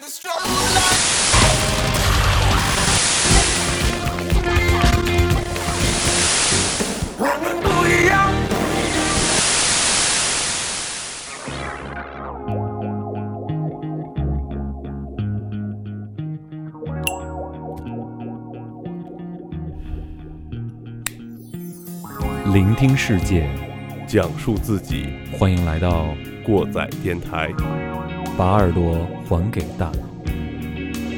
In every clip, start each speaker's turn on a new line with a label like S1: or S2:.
S1: the struggle. 我们不一样。
S2: 聆听世界，
S3: 讲述自己，
S2: 欢迎来到
S3: 过载电台。
S2: 把耳朵还给大脑。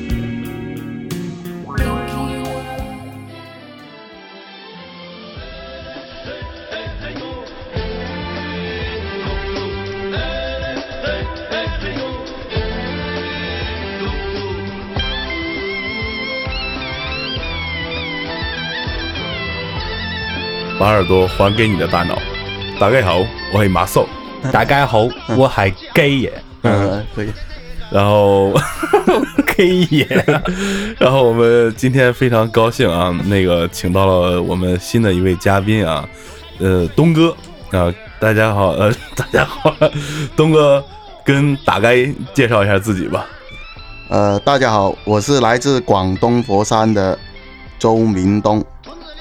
S3: 把耳朵还给你的大脑。大家好，我是马瘦。
S2: 大家好，我系 gay 爷
S4: 嗯，可以。
S3: 然后，
S2: ，gay 爷，
S3: 然后我们今天非常高兴啊，那个请到了我们新的一位嘉宾啊，呃，东哥啊、大家好，呃，大家好，东哥跟大概介绍一下自己吧。
S4: 呃，大家好，我是来自广东佛山的周明东，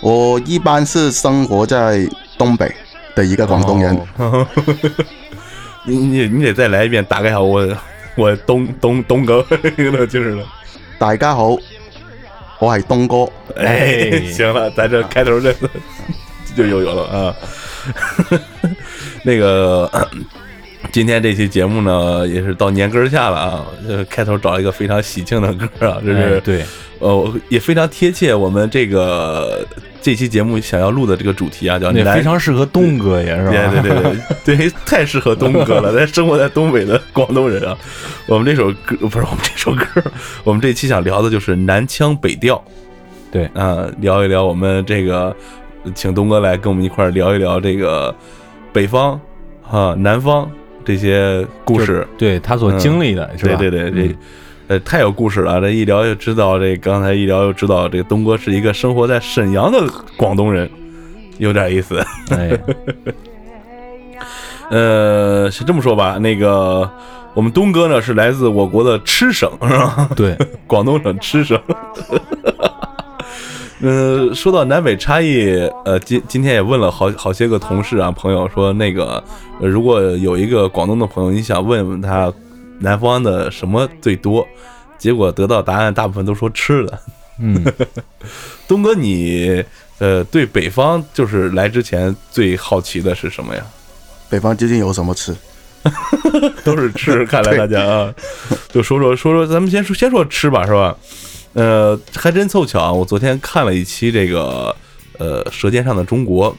S4: 我一般是生活在东北的一个广东人。
S3: 哦
S2: 哎
S3: 你你你得再来一遍，大概好，我我东东东哥 那个劲儿了。
S4: 大家好，我系东哥。
S3: 哎
S2: 哎，
S3: 行了，咱这开头这就有有了啊。 那个，今天这期节目呢，也是到年根儿下了啊。呃，开头找了一个非常喜庆的歌啊，这是、
S2: 哎对，
S3: 呃，也非常贴切我们这个这期节目想要录的这个主题啊，叫
S2: 也
S3: 来
S2: 非。常适合东哥也是吧？
S3: 对对对对对， 太适合东哥了，在生活在东北的广东人啊，我们这首歌不是我们这首歌，我们这期想聊的就是南腔北调。
S2: 对
S3: 啊，聊一聊我们这个，请东哥来跟我们一块儿聊一聊这个北方啊、南方这些故事。
S2: 对他所经历的是
S3: 对
S2: 吧？
S3: 对对，这
S2: 嗯
S3: 呃太有故事了，这一聊就知道这刚才一聊就知道这个东哥是一个生活在沈阳的广东人，有点意思。
S2: 哎，
S3: 呃，是这么说吧，那个我们东哥呢是来自我国的吃省，是吧？
S2: 对，
S3: 广东省吃省。 呃，说到南北差异，呃，今今天也问了好好些个同事啊朋友说，那个、呃如果有一个广东的朋友，你想问问他南方的什么最多，结果得到答案大部分都说吃的。
S2: 嗯，
S3: 东哥你，呃对北方就是来之前最好奇的是什么呀？
S4: 北方究竟有什么吃？
S3: 都是吃，看来大家啊，就说说说说，咱们先说先说吃吧，是吧？呃，还真凑巧啊，我昨天看了一期这个呃《舌尖上的中国》，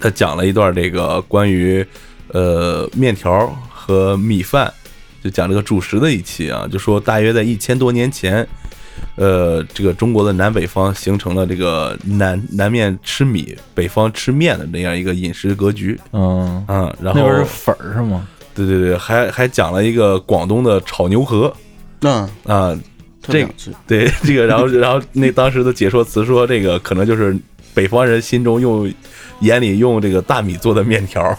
S3: 他讲了一段这个关于呃面条和米饭，就讲这个主食的一期啊，就说大约在一千多年前，呃，这个中国的南北方形成了这个南南面吃米，北方吃面的那样一个饮食格局
S2: 嗯，
S3: 啊、然
S2: 那
S3: 后
S2: 边是粉儿是吗？
S3: 对对对，还还讲了一个广东的炒牛河
S4: 嗯，
S3: 啊、
S4: 特别
S3: 这
S4: 好吃。
S3: 对 这个，然后然后那当时的解说词说这个可能就是北方人心中用眼里用这个大米做的面条儿。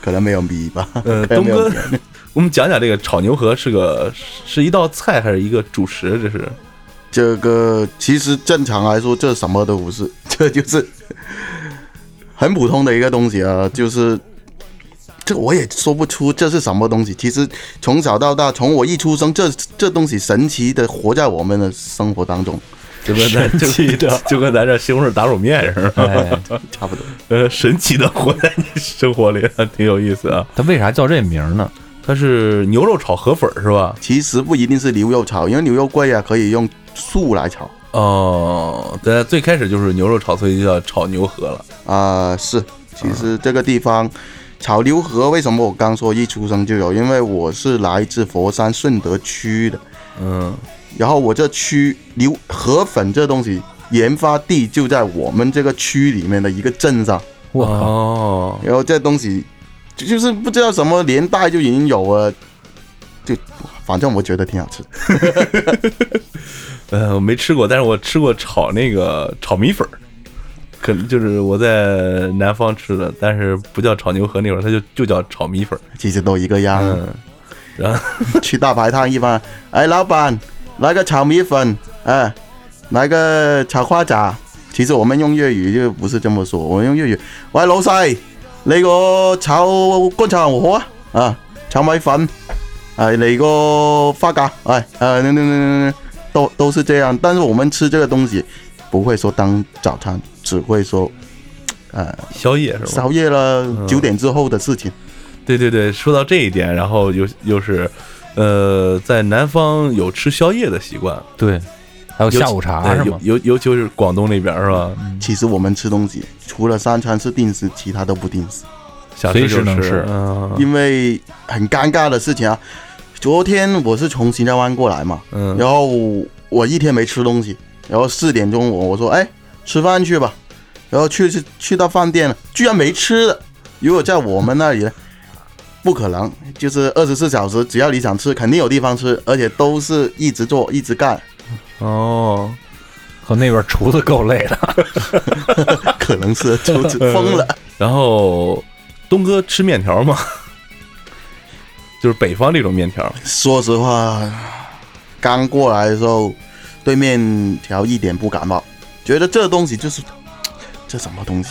S4: 可能没有米吧。
S3: 呃，
S4: 可能
S3: 东
S4: 没有
S3: 哥
S4: 米。，
S3: 我们讲讲这个炒牛河是个是一道菜还是一个主食？这是
S4: 这个其实正常来说，这什么都不是， 这就是很普通的一个东西啊，就是这我也说不出这是什么东西。其实从小到大，从我一出生，这这东西神奇的活在我们的生活当中，
S3: 就跟咱就
S2: 神奇的
S3: 就跟咱这西红柿打卤面似的，
S2: 哎，
S4: 差不多。
S3: 呃，神奇的活在你生活里，挺有意思啊。
S2: 他为啥叫这名儿呢？
S3: 它是牛肉炒河粉儿是吧？
S4: 其实不一定是牛肉炒，因为牛肉贵啊，可以用素来炒
S3: 哦，但最开始就是牛肉炒，所以就叫炒牛河了。
S4: 啊、是，其实这个地方。炒牛河为什么我刚说一出生就有？因为我是来自佛山顺德区的，
S3: 嗯，
S4: 然后我这区牛河粉这东西研发地就在我们这个区里面的一个镇上，
S2: 我靠，
S3: 哦，
S4: 然后这东西就就是不知道什么年代就已经有了，就反正我觉得挺好吃。
S3: 呃，我没吃过，但是我吃过炒那个炒米粉儿，可能就是我在南方吃的，但是不叫炒牛河那会儿，它就就叫炒米粉儿。
S4: 其实都一个样，
S3: 嗯，然后
S4: 去大排档一般，哎，老板，来个炒米粉，哎，来个炒花甲。其实我们用粤语就不是这么说，我们用粤语，喂老细，你個炒乾炒牛河啊，啊，炒米粉，哎，嚟個花甲，哎，呃，那那那那都都是这样。但是我们吃这个东西不会说当早餐，只会说，呃，
S3: 宵夜是吧？
S4: 宵夜了，
S3: 嗯
S4: 九点之后的事情。
S3: 对对对，说到这一点，然后又又是，呃，在南方有吃宵夜的习惯，
S2: 对，还有
S3: 尤其
S2: 下午茶啊是
S3: 对
S2: 吗？嗯
S3: 尤尤尤其是广东那边是吧？
S4: 其实我们吃东西，除了三餐是定时，其他都不定时，
S3: 想吃
S2: 随时
S3: 就
S2: 能
S3: 吃
S2: 吃，
S3: 嗯
S4: 因为很尴尬的事情啊。昨天我是从新加湾过来嘛，
S3: 嗯，
S4: 然后我一天没吃东西，然后四点钟我我说哎吃饭去吧，然后去去去到饭店了，居然没吃的。如果在我们那里呢，不可能，就是二十四小时，只要你想吃，肯定有地方吃，而且都是一直做一直干，
S3: 哦，
S2: 和那边厨 子够累的，
S4: 可能是 就是疯了。
S3: 然后东哥吃面条吗？ 就是北方这种面条，
S4: 说实话，刚过来的时候，对面条一点不感冒，觉得这东西就是这什么东西。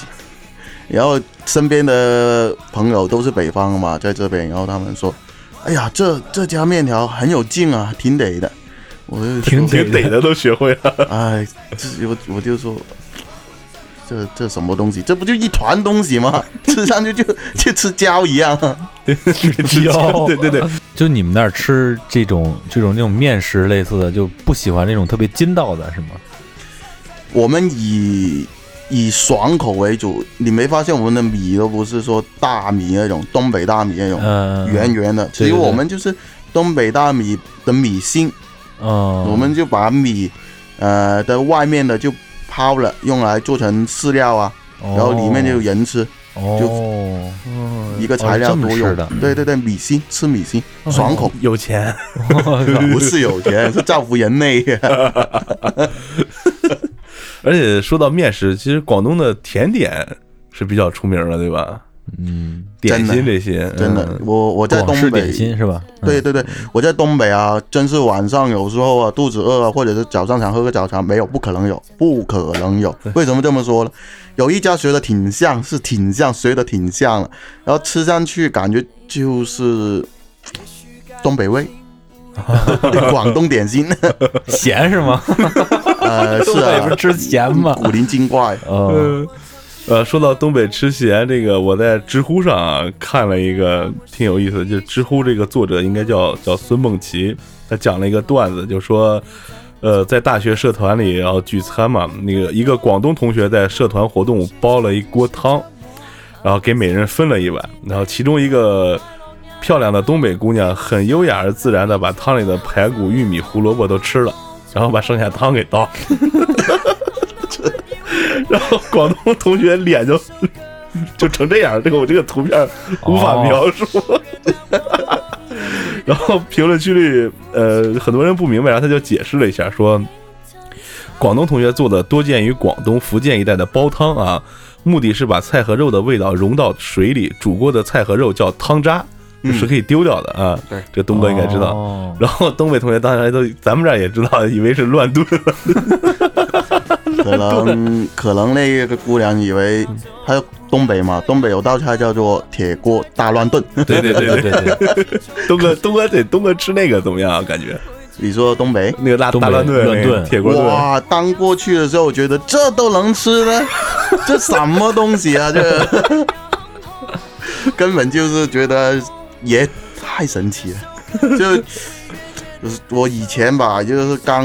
S4: 然后身边的朋友都是北方的嘛，在这边，然后他们说：“哎呀，这这家面条很有劲啊，挺得的。”我就
S2: 挺
S4: 说
S2: 得
S3: 连逮的都学会 了。
S4: 哎，这我我就说，这这什么东西？这不就一团东西吗？ 吃上去就就吃胶一样啊。
S2: 有
S3: 对对对，
S2: 就你们那儿吃这种这种那种面食类似的，就不喜欢那种特别筋道的，是吗？
S4: 我们以以爽口为主，你没发现我们的米都不是说大米那种东北大米那种、
S2: 嗯、
S4: 圆圆的，
S2: 对
S4: 其实我们就是东北大米的米芯，
S2: 嗯，
S4: 我们就把米呃的外面的就抛了，用来做成饲料啊，
S2: 然
S4: 然后里面就有人吃，
S2: 哦，
S3: 嗯
S4: 一个材
S2: 哦
S4: 料
S2: 这么
S4: 多
S2: 吃
S4: 用。
S2: 的哦
S4: 对对对，米芯吃米芯，爽口。
S3: 有钱，
S4: 不是有钱，是造福人类。
S2: 嗯
S3: 而且说到面食，其实广东的甜点是比较出名的，对吧？
S2: 嗯，
S3: 点
S4: 真的
S3: 心这些，
S4: 真的，
S3: 嗯
S4: 我我在
S2: 广
S4: 东
S2: 式
S4: 北
S2: 点心是吧？
S4: 对对对，我在东北啊，真是晚上有时候啊肚子饿啊，或者是早上想喝个早茶，没有，不可能有，不可能有。为什么这么说呢？有一家学的挺像，是挺像，学的挺像了，然后吃上去感觉就是东 北味，广东点心，
S2: 嗯 咸是吗？
S4: 呃，是
S2: 东北不
S4: 啊
S2: 是，吃咸 吗？
S4: 古灵精怪。
S2: 嗯，
S3: 嗯，呃，说到东北吃咸，这个我在知乎上啊看了一个挺有意思的，就是知乎这个作者应该叫叫孙梦琪，他讲了一个段子，就说，呃，在大学社团里然后聚餐嘛，那个一个广东同学在社团活动煲了一锅汤，然后给每人分了一碗，然后其中一个。漂亮的东北姑娘很优雅而自然的把汤里的排骨、玉米、胡萝卜都吃了，然后把剩下汤给倒了。 然后广东同学脸就 就成这样，这个我这个图片无法描述。然后评论区里，呃，很多人不明白，然后他就解释了一下，说广东同学做的多见于广东、福建一带的煲汤啊，目的是把菜和肉的味道融到水里，煮过的菜和肉叫汤渣，是可以丢掉的啊。
S4: 嗯对
S3: 这东哥应该知道。
S2: 哦
S3: 然后东北同学当然都，咱们这儿也知道，以为是乱炖 的。
S4: 可能可能那个姑娘以为
S2: 嗯
S4: 她东北嘛，东北有道菜叫做铁锅大乱炖。
S3: 对对
S2: 对
S3: 对
S2: 对对，
S3: 东哥，东哥对东哥吃那个怎么样啊？感觉
S4: 你说东北？
S3: 那个大
S2: 东
S3: 大
S2: 北
S3: 乱炖、
S2: 乱
S3: 那个
S2: 炖
S3: 铁锅炖，
S4: 哇，当过去的时候，我觉得这都能吃 呢，这什么东西啊？这根本就是觉得也太神奇了。就就是我以前吧，就是刚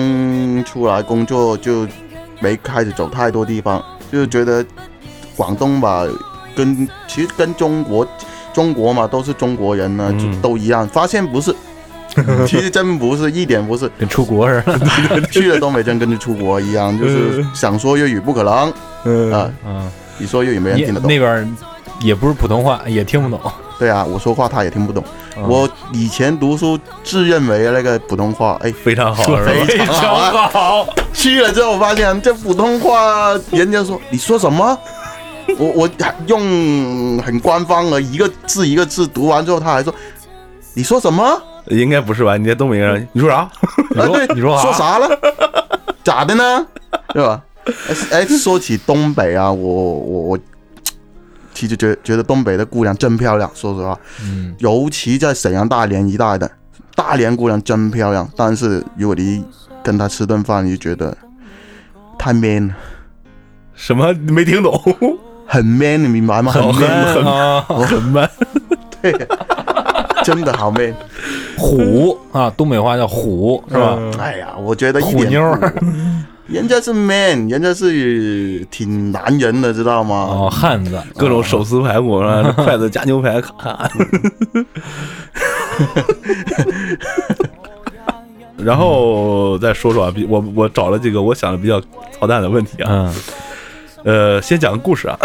S4: 出来工作就没开始走太多地方，就是觉得广东吧，跟其实跟中国中国嘛都是中国人呢、就
S3: 嗯
S4: 都一样。发 现不是，其实真不是，一点不是。
S2: 跟出国似的。
S4: 去了东北真跟着出国一样，就是
S2: 呃
S4: 想说粤语不可能
S3: 嗯
S4: 啊！
S2: 嗯，
S4: 你说粤语没人
S2: 你
S4: 听得懂
S2: 那，边儿也不是普通话， 也听不懂。
S4: 对啊，我说话他也听不懂。
S2: 嗯
S4: 我以前读书自认为那个普通 话，哎，
S3: 非常好，
S2: 说
S3: 是吧？
S4: 非常好啊。
S2: 好，
S4: 去了之后发现这普通话，人家说你说什么？ 我我还用很官方的一个字一个字读完之后，他还说你说什么？
S3: 应该不是吧？你在东北人，你说啥？
S2: 你
S4: 啊，
S2: 说
S4: 对，
S2: 你说
S4: 说
S2: 啥？
S4: 啥了？咋的呢？对吧？哎，哎说起东北啊，我我我，其实觉觉得东北的姑娘真漂亮。说实话，
S2: 嗯，
S4: 尤其在沈阳、大连一带的，大连姑娘真漂亮。但是如果你跟她吃顿饭，你就觉得太 man 了，
S3: 什么？你没听懂？
S4: 很 man，你明白吗？
S3: 很
S2: man 啊，
S3: 很 man，
S4: 对，真的好 man。
S2: 虎啊，东北话叫虎是吧？
S3: 嗯
S4: 哎呀，我觉得一
S2: 虎
S4: 点
S2: 嗯妞儿
S4: 人家是 man，人家是挺男人的，知道吗？
S2: 哦，汉子，
S3: 各种手撕排骨，是吧筷子夹牛排，咔。然后再说说啊，比我我找了几个我想的比较操蛋的问题啊，
S2: 嗯
S3: 呃，先讲个故事啊。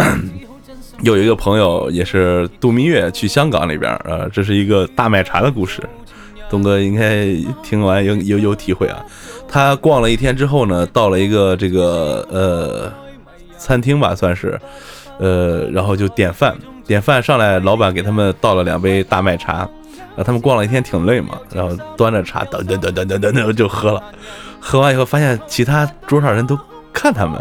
S3: 有一个朋友也是度蜜月去香港那边儿，呃，这是一个大卖茶的故事，东哥应该听完有有有体会啊。他逛了一天之后呢，到了一个这个呃餐厅吧，算是，呃，然后就点饭，点饭上来，老板给他们倒了两杯大麦茶，然后他们逛了一天挺累嘛，然后端着茶等等等等等等等就喝了，喝完以后发现其他桌上人都看他们，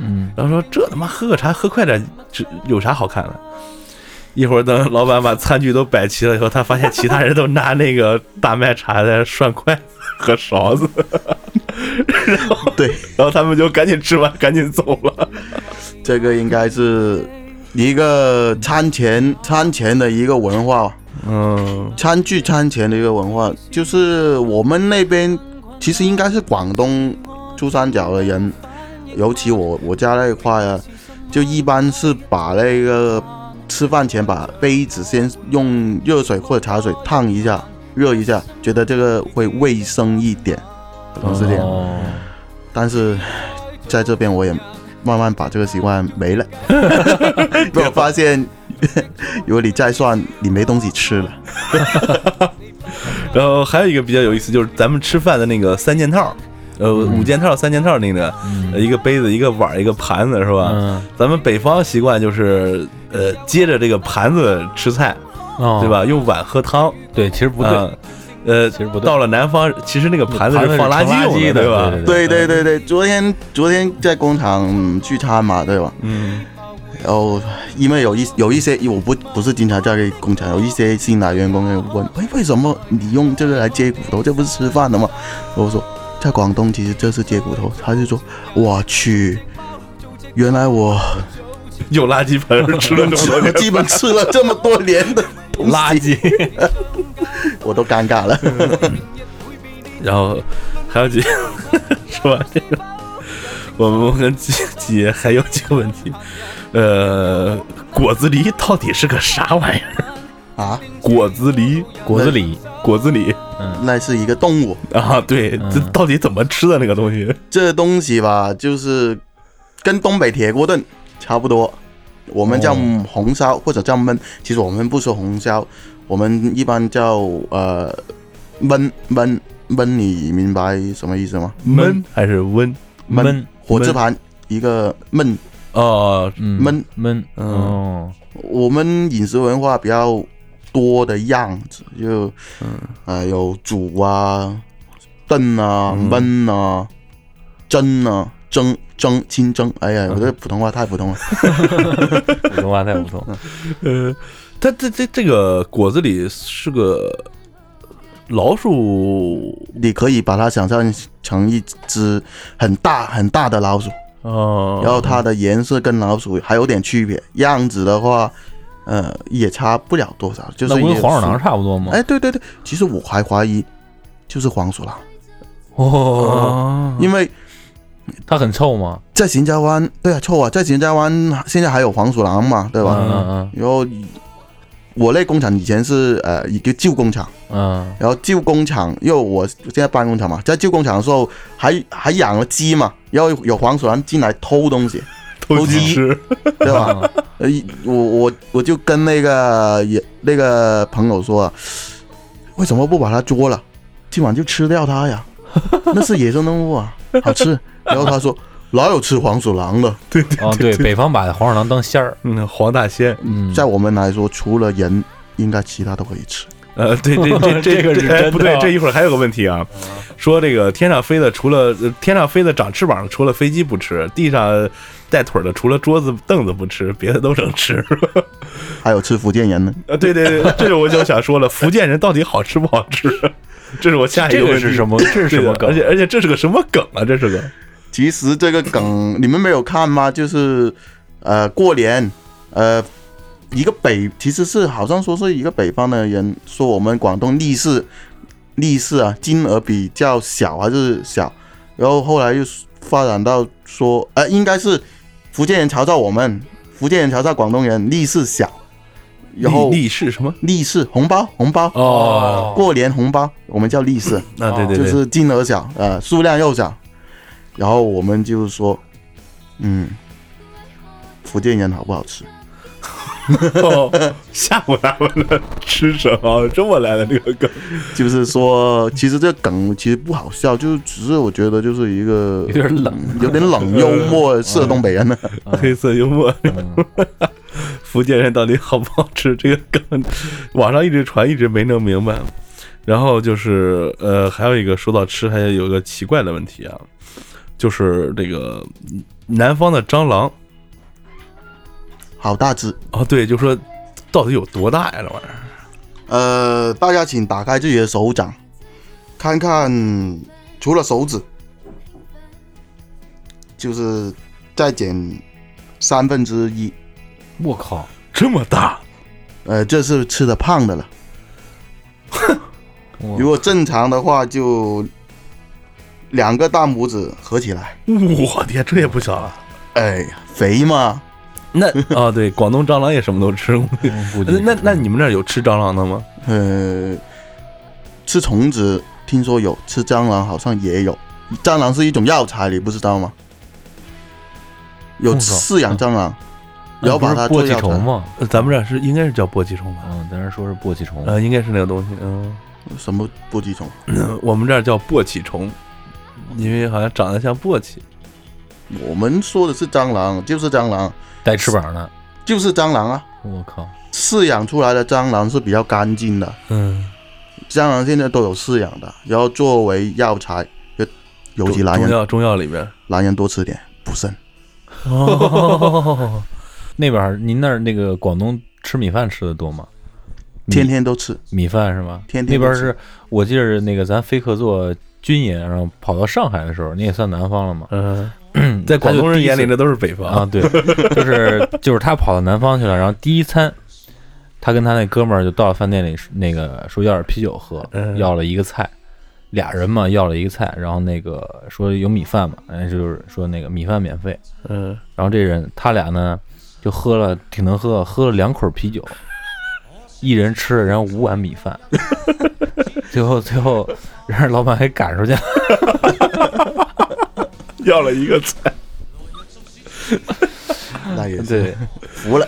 S2: 嗯，
S3: 然后说这他妈喝个茶喝快点，这有啥好看的？一会儿等老板把餐具都摆齐了以后，他发现其他人都拿那个大麦茶在涮筷子和勺子，
S4: 对。
S3: 然后他们就赶紧吃完赶紧走了。
S4: 这个应该是一个餐前餐前的一个文化，
S3: 嗯
S4: 餐具餐前的一个文化，就是我们那边其实应该是广东珠三角的人，尤其我我家那一块啊，就一般是把那个吃饭前把杯子先用热水或者茶水烫一下，热一下，觉得这个会卫生一点，可能是这样。
S2: 哦，
S4: 但是在这边我也慢慢把这个习惯没了。我发现， 如果你再算，你没东西吃了。
S3: 然后还有一个比较有意思，就是咱们吃饭的那个三件套，呃，五件套、三件套那个，呃一个杯子、一个碗、一个盘子，是吧？
S2: 嗯
S3: 咱们北方习惯就是，呃，接着这个盘子吃菜，
S2: 哦
S3: 对？吧？用碗喝汤，
S2: 对，其实不对，
S3: 嗯呃，
S2: 其实不对
S3: 到了南方，其实那个盘子
S2: 盘子是
S3: 放垃
S2: 盛垃
S3: 圾
S2: 圾
S3: 用
S2: 的
S3: 对吧？
S2: 对
S4: 对对对对，昨天昨天在工厂嗯聚餐嘛，对吧？
S3: 嗯，
S4: 然后因为有一有一些我不不是经常在工厂，有一些新来员工就问，哎，为什么你用这个来接骨头？这不是吃饭的吗？我说在广东其实这是接骨头，他就说我去，原来我。
S3: 用垃圾盆儿吃了 这么多
S4: 我
S3: 年，
S4: 基本吃了这么多年的东西
S2: 垃，圾，
S4: 我都尴尬了。
S2: 嗯
S3: 然后还有几 是吧？这个我们我跟姐姐还有几个问题，呃，果子狸到底是个啥玩意儿？
S4: 啊，
S3: 果子狸，
S2: 果子狸，
S3: 果子狸
S4: 那是一个动物，
S3: 啊，对，这
S2: 嗯
S3: 到底怎么吃的那个东西？
S4: 这东西吧，就是跟东北铁锅炖差不多，我们叫
S2: 哦
S4: 红烧或者叫焖，其实我们不说红烧，我们一般叫呃焖焖焖，你明白什么意思吗？
S3: 闷还是温？
S2: 焖
S4: 火字旁一个焖，
S3: 哦，
S2: 嗯
S4: 焖
S2: 焖，
S3: 嗯
S2: 哦，
S4: 我们饮食文化比较多的样子，就呃有煮啊、炖啊、
S3: 嗯
S4: 焖啊、蒸啊、蒸蒸清蒸。哎呀，我这普通话太普通了。
S2: 普通话太普
S4: 嗯
S2: 通，
S3: 呃，它这这这个果子狸是个老鼠
S4: 你可以把它想象成一只很大很大的老鼠，
S3: 哦，
S4: 然后它的颜色跟老鼠还有点区别，样子的话，呃也差不了多少，就
S2: 那
S4: 是
S2: 不
S4: 也
S2: 跟黄鼠
S4: 是
S2: 狼差不多吗？
S4: 哎，对对对，其实我还怀疑就是黄鼠狼，
S2: 哦，
S3: 哦，
S4: 因为。
S2: 它很臭吗？
S4: 在邢家湾，对啊，臭啊，在邢家湾现在还有黄鼠狼嘛，对吧？
S2: 嗯嗯
S4: 然后我那工厂以前是呃一个旧工厂，
S2: 嗯
S4: 然后旧工厂，因为我现在搬工厂嘛，在旧工厂的时候还还养了鸡嘛，然后有黄鼠狼进来偷东西，
S3: 偷鸡
S4: 鸡
S3: 吃，
S4: 对吧？
S2: 嗯，
S4: 呃，我我我就跟那个也那个朋友说，啊为什么不把它捉了，今晚就吃掉它呀？那是野生动物啊，好吃。然后他说哪有吃黄鼠狼的？
S2: 哦，对，北方把黄鼠狼当仙儿，
S3: 嗯，黄大仙
S2: 嗯，
S4: 在我们来说，除了人，应该其他都可以吃。
S3: 呃，对，这
S2: 这
S3: 这
S2: 个是
S3: 哎
S2: 真的
S3: 不对，这一会儿还有个问题啊，说这个天上飞的，除了呃天上飞的长翅膀的，除了飞机不吃，地上带腿儿的，除了桌子凳子不吃，别的都能吃。
S4: 还有吃福建人呢，
S3: 呃，对对对，这个我就想说了，福建人到底好吃不好吃？ 这是我下一
S2: 这
S3: 问
S2: 个
S3: 题
S2: 是什？么？这是什么
S3: 对的而
S2: 梗？啊
S3: 且而且这是个什么梗啊？这是个
S4: 其实这个梗你们没有看吗？就是呃过年，呃一个北其实是好像说是一个北方的人说我们广东利是利是啊金额比较小还是小，然后后来又发展到说呃应该是福建人嘲笑我们，福建人嘲笑广东人利是小，然后
S3: 利利是什么？
S4: 利是红包红包
S3: 哦，
S4: 过年红包我们叫利是。
S3: 那啊对对
S4: 就
S3: 对，
S4: 是金额小，呃，数量又小，然后我们就说，嗯，福建人好不好吃？
S3: 哦，吓唬他们的吃什么？这么来的这个梗，
S4: 就是说，其实这梗其实不好笑，就是只是我觉得就是一个
S2: 有点冷，
S4: 有点冷幽默，适合东北人的。
S3: 嗯黑色幽默。 福建人到底好不好吃？这个梗网上一直传，一直没弄明白。然后就是呃，还有一个说到吃，还有一个奇怪的问题啊，就是这个南方的蟑螂
S4: 好大只，
S3: 哦，对，就说到底有多大呀？这玩意儿
S4: 呃，大家请打开自己的手掌，看看除了手指，就是再减三分之一，
S2: 我靠！
S3: 这么大，
S4: 呃，这是吃的 胖的了。
S2: 我
S4: 如果正常的话，就两个大拇指合起来。
S3: 我天，这也不小啊！
S4: 哎呀，肥嘛，
S3: 那啊、对，广东蟑螂也什么都吃。
S2: 估计
S3: 那那你们那儿有吃蟑螂的吗？
S4: 呃，吃虫子听说有，吃蟑螂好像也有。蟑螂是一种药材，你不知道吗？有
S2: 我操
S4: 饲养蟑螂，然后
S2: 不
S4: 把
S2: 是
S4: 它
S2: 簸
S4: 做
S2: 箕
S4: 药
S2: 虫
S4: 材。
S2: 吗？
S3: 呃咱们这儿是应该是叫簸箕虫吧？
S2: 嗯，咱这说是簸箕虫，
S3: 呃，应该是那个东西。嗯，
S4: 什么簸箕虫？
S3: 我们这儿叫簸箕虫，因为好像长得像簸箕。
S4: 我们说的是蟑螂，就是蟑螂，
S2: 带翅膀的。
S4: 就是蟑螂啊！
S2: 我靠！
S4: 饲养出来的蟑螂是比较干净的，
S3: 嗯，
S4: 蟑螂现在都有饲养的，然后作为药材，就尤
S3: 中
S4: 其男
S3: 中
S4: 人
S3: 药中药里边。
S4: 男人多吃点补肾。
S2: 哦， 那边儿您那儿那个广东吃米饭吃的多吗？米
S4: 天天都吃，
S2: 米饭是吗？
S4: 天天
S2: 那边
S4: 都吃
S2: 是我记着那个咱飞客座军演，然后跑到上海的时候，你也算南方了嘛？
S3: 嗯，在广东人眼里那都是北方
S2: 啊，。对，就是就是他跑到南方去了，然后第一餐，他跟他那哥们儿就到了饭店里，那个说要点啤酒喝，
S3: 嗯
S2: 要了一个菜，俩人嘛要了一个菜，然后那个说有米饭嘛，人家就是说那个米饭免费，
S3: 嗯，
S2: 然后这人他俩呢就喝了挺能喝，喝了两口啤酒，一人吃了然后五碗米饭， 最后最后让人老板给赶出去了，
S3: 要了一个菜，
S4: 那也是
S2: 对，
S4: 服了。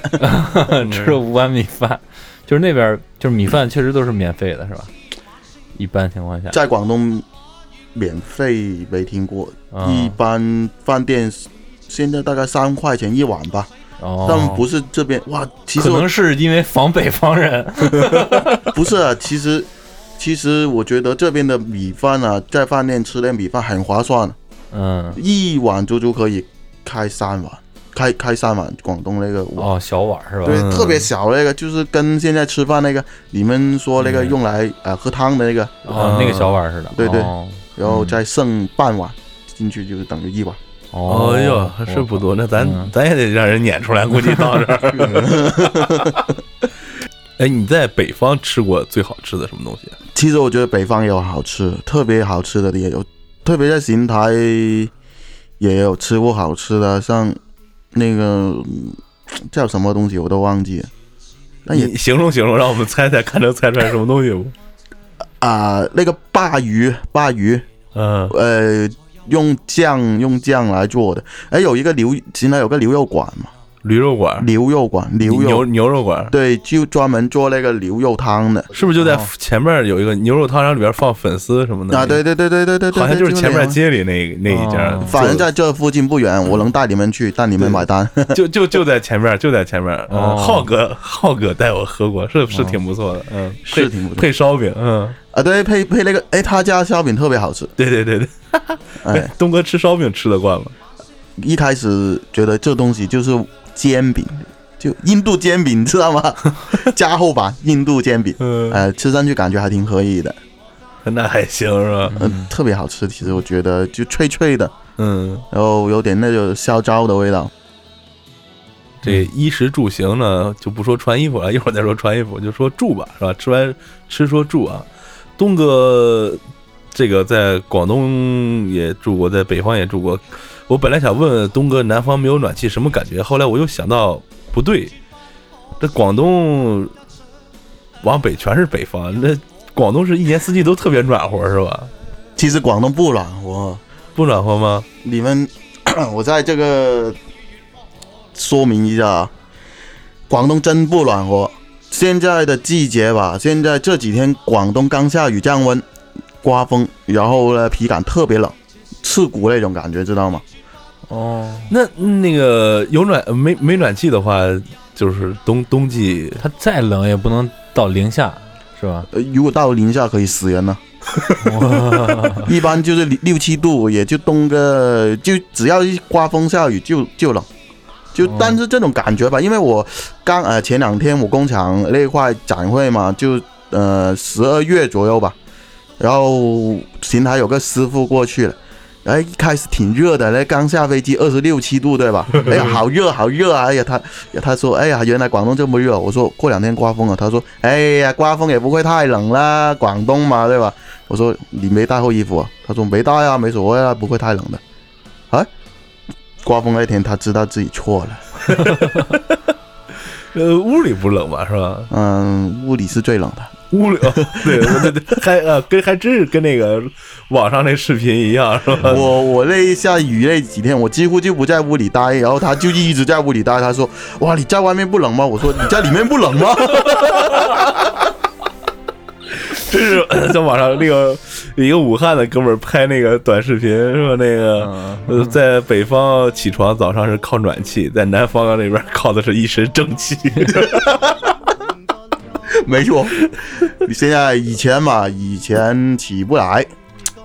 S2: 吃了五碗米饭，就是那边儿就是米饭确实都是免费的，是吧？一般情况下，
S4: 在广东免费没听过，
S2: 啊
S4: 一般饭店现在大概三块钱一碗吧，
S2: 哦，
S4: 但不是这边哇，其
S2: 可
S4: 实
S2: 能
S4: 我
S2: 是因为防北方人，
S4: 不是啊，其实其实我觉得这边的米饭啊，在饭店吃点米饭很划算，啊
S2: 嗯，
S4: 一碗足足可以开三碗，开开三碗广东那个碗。
S2: 哦，小碗儿是吧？
S4: 对
S3: 嗯，
S4: 特别小那个，就是跟现在吃饭那个，你们说那个用来呃喝汤的那个，
S2: 哦，那个小碗儿似的，
S4: 对对
S2: 哦
S4: 然后再剩半碗进去，就是等于一碗。
S2: 哦，
S3: 哦哟，还是不多。那咱
S2: 嗯
S3: 咱也得让人撵出来，估计到这儿。 哎，你在北方吃过最好吃的什么东西？啊
S4: 其实我觉得北方也有好吃，特别好吃的也有，特别在邢台也有吃过好吃的，像那个嗯叫什么东西我都忘记了。那也
S3: 你形容形容，让我们猜猜，看能猜出来什么东西不？
S4: 啊、那个鲅鱼，鲅鱼，
S3: 嗯，
S4: 呃，用酱用酱来做的。哎，有一个牛，邢台有个牛肉馆嘛，
S3: 驴肉馆、
S4: 牛肉馆，牛
S3: 啊牛
S4: 肉
S3: 牛肉馆，
S4: 对，就专门做那个牛肉汤的
S3: 是不是就在
S2: 哦
S3: 前面有一个牛肉汤，然后里边放粉丝什么的
S4: 啊，对，对对对对对对，
S3: 好像就是前
S4: 那
S3: 面
S4: 个
S3: 街里那那一家
S2: 哦，
S4: 反正在这附近不远，我能带你们去，但你们买单。
S3: 就就就在前面，就在前面。嗯
S2: 哦
S3: 浩哥，浩哥带我喝过，是是挺不错的，嗯，
S4: 是
S3: 配
S4: 挺不错
S3: 配烧饼，嗯，
S4: 啊，对，配配那个，哎，他家烧饼特别好吃。
S3: 对对对对，
S4: 哎，
S3: 东哥吃烧饼吃得惯吗？
S4: 一开始觉得这东西就是煎饼，就印度煎饼，知道吗？ 加厚版印度煎饼，
S3: 嗯，
S4: 呃，吃上去感觉还挺可以的，
S3: 那还行是吧？
S4: 嗯，特别好吃。其实我觉得就脆脆的，
S3: 嗯，
S4: 然后有点那种烧焦的味道。
S3: 这
S4: 嗯
S3: 衣食住行呢，就不说穿衣服了，一会儿再说穿衣服，就说住吧，是吧？吃完吃说住啊，东哥这个在广东也住过，在北方也住过。我本来想问东哥南方没有暖气什么感觉，后来我又想到不对，这广东往北全是北方，那广东是一年四季都特别暖和是吧？
S4: 其实广东不软和，
S3: 不暖和吗？
S4: 你们， 我在这个说明一下，啊，广东真不暖和。现在的季节吧，现在这几天广东刚下雨，降温，刮风，然后呢体感特别冷，刺骨那种感觉，知道吗？
S2: 哦，
S3: 那那个有暖没没暖气的话，就是冬冬季
S2: 它再冷也不能到零下，是吧？
S4: 呃，如果到零下可以死人了，
S2: 哇
S4: 一般就是六六七度，也就冻个，就只要一刮风下雨就就冷。就
S2: 哦
S4: 但是这种感觉吧，因为我刚呃前两天我工厂那块展会嘛，就呃十二月左右吧，然后邢台有个师傅过去了，哎一开始挺热的，那刚下飞机二十六七度对吧？哎呀好热好热啊！哎呀他他说哎呀原来广东这么热，我说过两天刮风啊，他说哎呀刮风也不会太冷啦，广东嘛对吧？我说你没带厚衣服啊？他说没带啊，没所谓啊，不会太冷的。哎，刮风那天他知道自己错了。
S3: 呃，屋里不冷吧，是吧？
S4: 嗯，屋里是最冷的。
S3: 屋 里，哦、对对对对，还呃，跟还真是跟那个网上那视频一样，是 吧？
S4: 我我那一下雨那几天，我几乎就不在屋里待，然后他就一直在屋里待。他说：“哇，你在外面不冷吗？”我说：“你在里面不冷吗
S3: 真是 呃在网上那个一个武汉的哥们儿拍那个短视频，说那个、呃、在北方起床早上是靠暖气，在南方那边靠的是一身正 气。？”
S4: 没错，你现在以前嘛，以前起不来，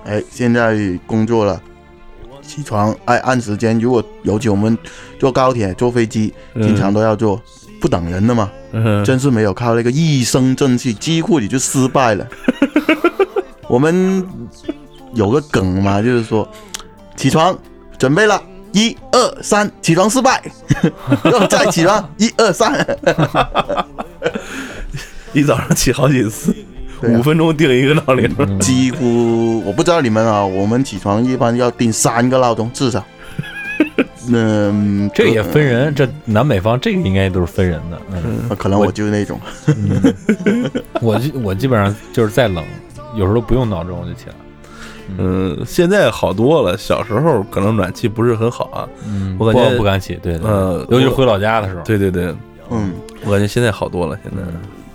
S4: 哎，现在工作了。起床哎，按时间。如果尤其我们坐高铁、坐飞机，经常都要坐，不等人的嘛。
S3: 嗯，
S4: 真是没有靠那个一身正气，几乎你就失败了。我们有个梗嘛，就是说起床准备了，一二三，起床失败， 然后再起床，一二三，
S3: 一早上起好几次，
S4: 对啊
S3: 五分钟定一个闹铃。
S4: 几乎我不知道你们啊，我们起床一般要定三个闹钟 至少。嗯，
S2: 这也分人，这南北方这个应该都是分人的。 嗯，
S4: 呃可能我就是那种，
S2: 我基我基本上就是再冷，有时候不用闹钟我就起来。
S3: 嗯，现在好多了，小时候可能暖气不是很好啊。
S2: 嗯，
S3: 我感觉
S2: 不不敢起，对对，
S3: 呃
S2: 尤其是
S3: 我
S2: 回老家的时候。
S3: 对对对，
S4: 嗯，
S3: 我感觉现在好多了，现在。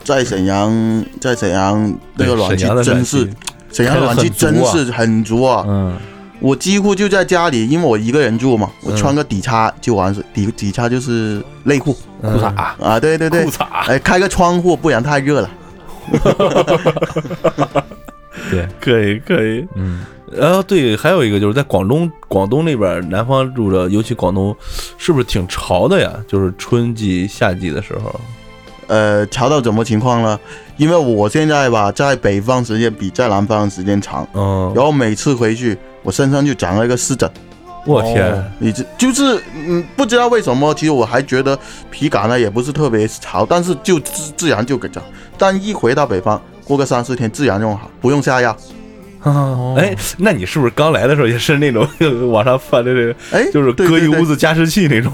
S4: 在沈阳，在沈阳那个
S3: 对
S4: 暖气
S3: 沈阳的
S4: 真
S3: 暖
S4: 是
S3: 气，
S4: 沈阳的暖气真是很足啊，
S2: 嗯，
S4: 我几乎就在家里，因为我一个人住嘛，我
S3: 嗯
S4: 穿个底叉就完事，底底叉就是内裤
S2: 裤衩，
S4: 啊，对对对
S2: 裤，衩，
S4: 哎，开个窗户，不然太热了。
S2: 对，
S3: 可以可以。
S2: 嗯，
S3: 然后对，还有一个就是在广东，广东那边南方住着，尤其广东，是不是挺潮的呀？就是春季、夏季的时候，
S4: 呃，调到什么情况呢？因为我现在吧，在北方时间比在南方时间长，
S3: 嗯，
S4: 然后每次回去，我身上就长了一个湿疹，
S3: 我天，
S2: 哦
S4: 你这就是嗯，不知道为什么，其实我还觉得体感呢也不是特别潮，但是就自自然就给长，但一回到北方，过个三四天自然用好，不用下药。哦
S3: 哎、那你是不是刚来的时候也是那种 网上翻的这个，
S4: 哎，
S3: 就是
S4: 对
S3: 搁一
S4: 对对
S3: 屋子加湿器那种？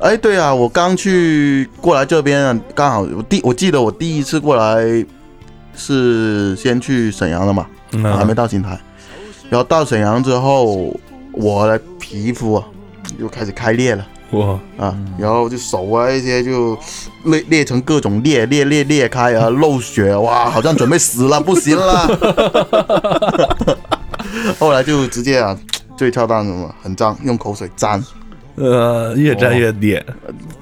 S4: 哎，对啊，我刚去过来这边啊，刚好我第我记得我第一次过来是先去沈阳的嘛，
S3: 嗯
S4: 还没到邢台。然后到沈阳之后，我的皮肤啊又开始开裂了，
S3: 哇，
S4: 啊，然后就手啊一些就裂裂成各种裂裂裂裂开啊，漏 血，哇，好像准备死了，不行了。后来就直接啊，最跳蛋什么，很脏，用口水沾，
S3: 呃，越
S4: 哦
S3: 粘越裂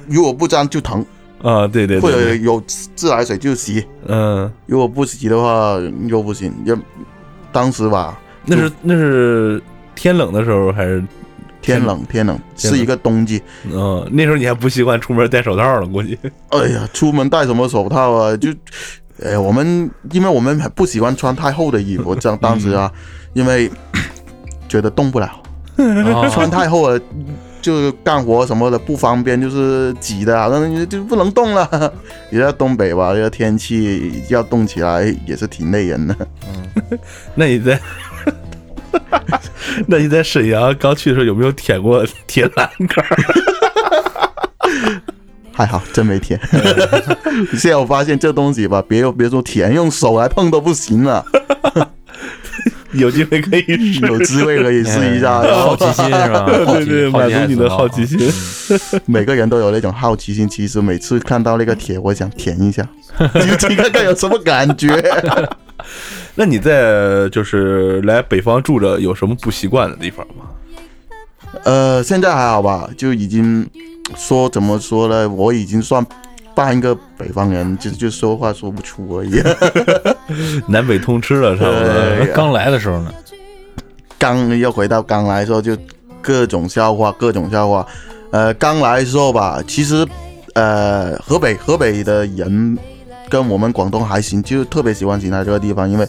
S4: 如果不沾就疼，
S3: 啊，对对
S4: 或
S3: 对
S4: 者
S3: 对，
S4: 有自来水就洗，
S3: 嗯，
S4: 如果不洗的话又不行。也当时吧，
S3: 那是那是天冷的时候还是？
S4: 天冷天冷
S3: 天冷
S4: 是一个冬季，
S3: 嗯，那时候你还不习惯出门戴手套呢，估计。
S4: 哎呀，出门戴什么手套啊？就，哎，我们因为我们不喜欢穿太厚的衣服，这样当时啊，因为觉得动不了，
S3: 嗯
S4: 穿太厚了。就是干活什么的不方便，就是挤的，好像就不能动了。 也在东北吧，这个天气要动起来哎也是挺累人的。
S3: 那你在，那你在沈阳刚去的时候有没有舔过铁栏杆儿？
S4: 还好真没舔。 现在我发现这东西吧，别别说舔，用手来碰都不行了。
S3: 有机会可以试试。
S4: 有滋味可以 试一下。然后
S2: 嗯好奇心是吧？嗯好
S3: 对
S2: 奇
S3: 对，满足你的好
S2: 好
S3: 奇
S2: 奇
S3: 心。
S2: 心。
S4: 每个人都有那种好奇心，其实每次看到那个帖，我想舔一下，究竟看看有什么感觉。
S3: 那你在就是来北方住着有什么不习惯的地方吗？
S4: 呃，现在还好吧，就已经说怎么说呢，我已经算半个北方人，就就说话说不出而已。
S3: 南北通吃了，差不多。
S4: 对
S2: 啊哎刚来的时候 呢，
S4: 刚要回到刚来的时候，就各种笑话，各种笑话。呃，刚来的时候吧，其实呃，河北河北的人跟我们广东还行，就特别喜欢邢台这个地方，因为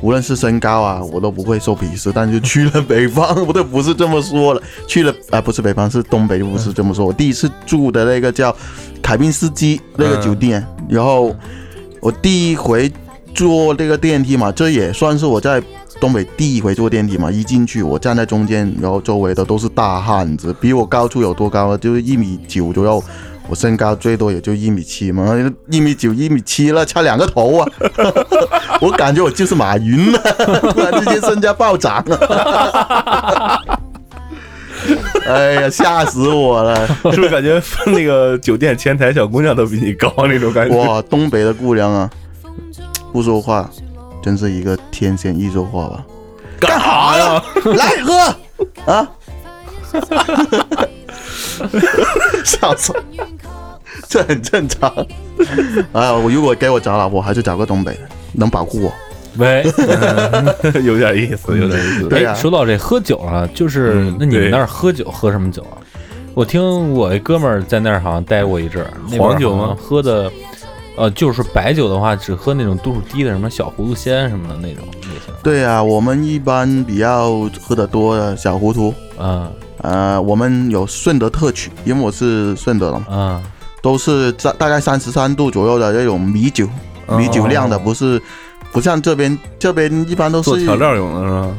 S4: 无论是身高啊，我都不会受鄙视。但是去了 北方，我都不是这么说了。去了啊、不是北方，是东北，不是这么说。我第一次住的那个叫凯宾斯基那个酒店，然后我第一回坐这个电梯嘛，这也算是我在东北第一回坐电梯嘛。一进去，我站在中间，然后周围的都是大汉子，比我高出有多高呢？就是一米九左右。我身高最多也就一米七嘛，一米九、一米七了，差两个头啊！ 我感觉我就是马云 了，突然之间身价暴涨了， 哎呀，吓死我了！
S3: 是不是感觉那个酒店前台小姑娘都比你高那种感觉？
S4: 哇，东北的姑娘啊，不说话，真是一个天仙，一说话吧，
S3: 干啥呀？
S4: 来喝啊！ 笑死 我，这很正常。 哎呀，我如果给我找老婆，还是找个东北的，能保护我。
S2: 喂，
S3: 有点意思，有点意思。
S4: 对呀
S2: 哎，说到这喝酒啊，就是
S3: 嗯
S2: 那你
S3: 对
S2: 们那儿喝酒喝什么酒啊？我听我一哥们儿在那儿好像待过一阵儿，那边儿
S3: 黄酒吗
S2: 好像喝的，呃，就是白酒的话，只喝那种度数低的，什么小葫芦仙什么的那种也行。
S4: 对呀、我们一般比较喝得多的小糊涂，
S2: 啊
S4: 呃，我们有顺德特曲，因为我是顺德的嘛，
S2: 啊，
S4: 都是在大概三十三度左右的那种米酒，
S3: 哦
S4: 米酒酿的，不是，不像这边这边一般都是
S3: 做调料用的是吧？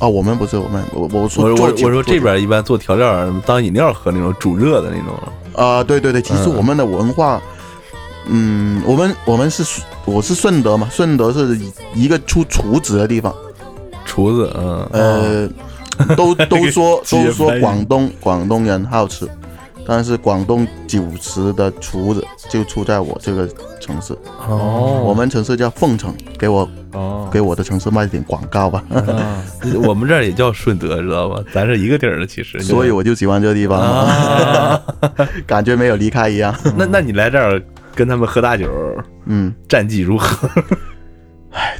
S4: 哦，我们不是我们，我我
S3: 我
S4: 说
S3: 我
S4: 做酒
S3: 我说
S4: 做
S3: 这
S4: 酒
S3: 边一般做调料当饮料喝那种煮热的那种。
S4: 啊、对对对，其实
S3: 嗯
S4: 我们的文化，嗯，我们我们是顺我是顺德嘛，顺德是一个出厨子的地方，
S3: 厨子，嗯，
S4: 呃，
S2: 哦
S4: 都都说
S3: 直接
S4: 都说
S3: 翻译
S4: 广东广东人好吃，但是广东酒池的厨子就出在我这个城市，
S2: 哦，
S4: 我们城市叫凤城，给我
S2: 哦，
S4: 给我的城市卖点广告吧，
S2: 啊
S3: 我们这儿也叫顺德，知 道吧？咱是一个地儿的，其实。
S4: 所以我就喜欢这地方，
S3: 啊，
S4: 感觉没有离开一样，
S3: 那那你来这儿跟他们喝大酒，
S4: 嗯。
S3: 战绩如 何？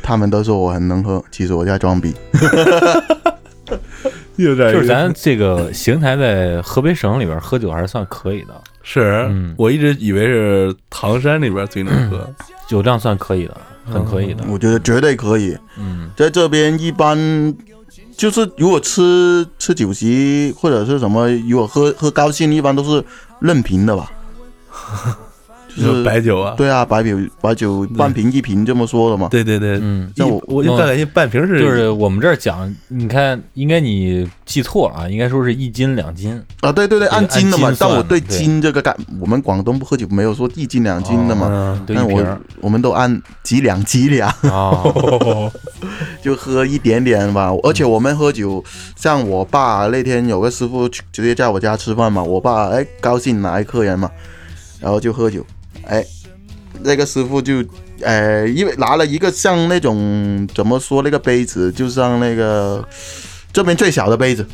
S4: 他们都说我很能喝，其实我在装逼。
S3: 有点
S2: 就是咱这个邢台在河北省里边儿喝酒还是算可以的，
S3: 是
S2: 嗯，
S3: 我一直以为是唐山那边最能喝，
S2: 酒量算可以的，很可以的。
S4: 我觉得绝对可以。
S2: 嗯，
S4: 在这边一般就是如果吃吃酒 席或者是什么，如果喝喝高兴，一般都是任瓶的吧。就是
S3: 白酒啊，
S4: 对啊，白酒白酒半瓶一瓶这么说的嘛。
S3: 对对对，
S2: 嗯
S3: 一
S4: 像我
S3: 我就大概一半瓶是，
S2: 就是我们这儿讲，你看，应该你记错了啊，应该说是一斤两斤，
S4: 啊，对对对，
S2: 这个
S4: 按斤的嘛
S2: 按斤。
S4: 但
S2: 算
S4: 我对
S2: 对
S4: 斤这个概，我们广东不喝酒没有说一斤两斤的嘛。
S3: 嗯，
S2: 对，
S4: 那
S2: 一瓶
S4: 我我们都按几两几两，
S2: 啊，
S3: 嗯
S4: 就喝一点点吧。而且我们喝酒，像我爸那天有个师傅去直接在我家吃饭嘛，我爸哎高兴来客人嘛，然后就喝酒，哎，那个师傅就哎，因为拿了一个像那种怎么说那个杯子，就像那个这边最小的杯子，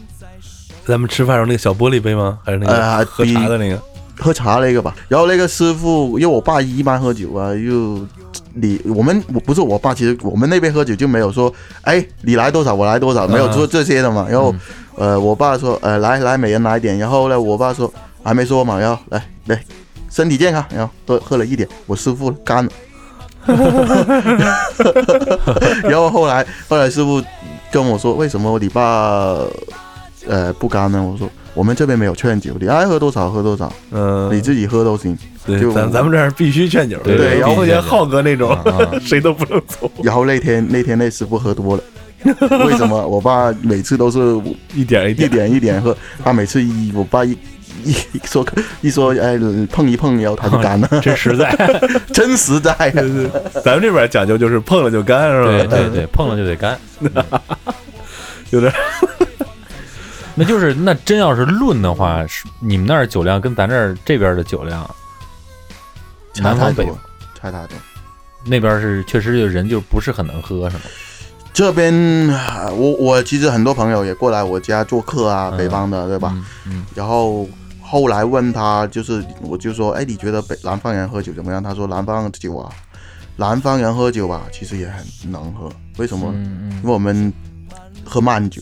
S3: 咱们吃饭时候那个小玻璃杯吗？还是那
S4: 呃
S3: 个喝
S4: 比
S3: 茶的那个？
S4: 喝茶那个吧。然后那个师傅，因为我爸一般喝酒啊，又你我们我不是我爸，其实我们那边喝酒就没有说，哎，你来多少我来多少，没有说这些的嘛。然后，呃，我爸说，呃，来来，每人来一点。然后呢，我爸说还没说嘛，然后来来，身体健康。然后喝喝了一点，我师傅干了。 然后后来后来师傅跟我说，为什么你爸呃不干呢？我说我们这边没有劝酒，你爱喝多少喝多少。你
S3: 嗯，
S4: 自己喝都行。就
S3: 对，咱咱们这儿必须劝酒，
S2: 对
S4: 对
S3: 然后
S2: 必须
S3: 像
S2: 劝酒
S3: 浩哥那种
S2: 啊啊，
S3: 谁都不能走，
S4: 然后那天那天那师傅 喝多了，为什么？我爸每次都是
S3: 一点 一
S4: 一
S3: 点，
S4: 点一点喝，他每次一我爸一一一说一说哎碰一碰，然后他就干了，
S2: 哦真实在，
S4: 真实在呀、
S3: 咱们这边讲究就是碰了就干，
S2: 对
S3: 是吧？
S2: 对对，碰了就得干，
S3: 有点
S2: 那就是那真要是论的话，是你们那儿酒量跟咱这儿这边的酒量，
S4: 差
S2: 南
S4: 太
S2: 方
S4: 多
S2: 北
S4: 了，差太多了。
S2: 那边是确实就人就不是很能喝，是吗？
S4: 这边啊我我其实很多朋友也过来我家做客啊，
S2: 嗯
S4: 北方的对吧？
S2: 嗯？嗯，
S4: 然后后来问他，就是我就说，哎，你觉得北南方人喝酒怎么样？他说南方酒啊，南方人喝酒吧，其实也很能喝。为什么？
S2: 嗯
S4: 因为我们喝慢酒、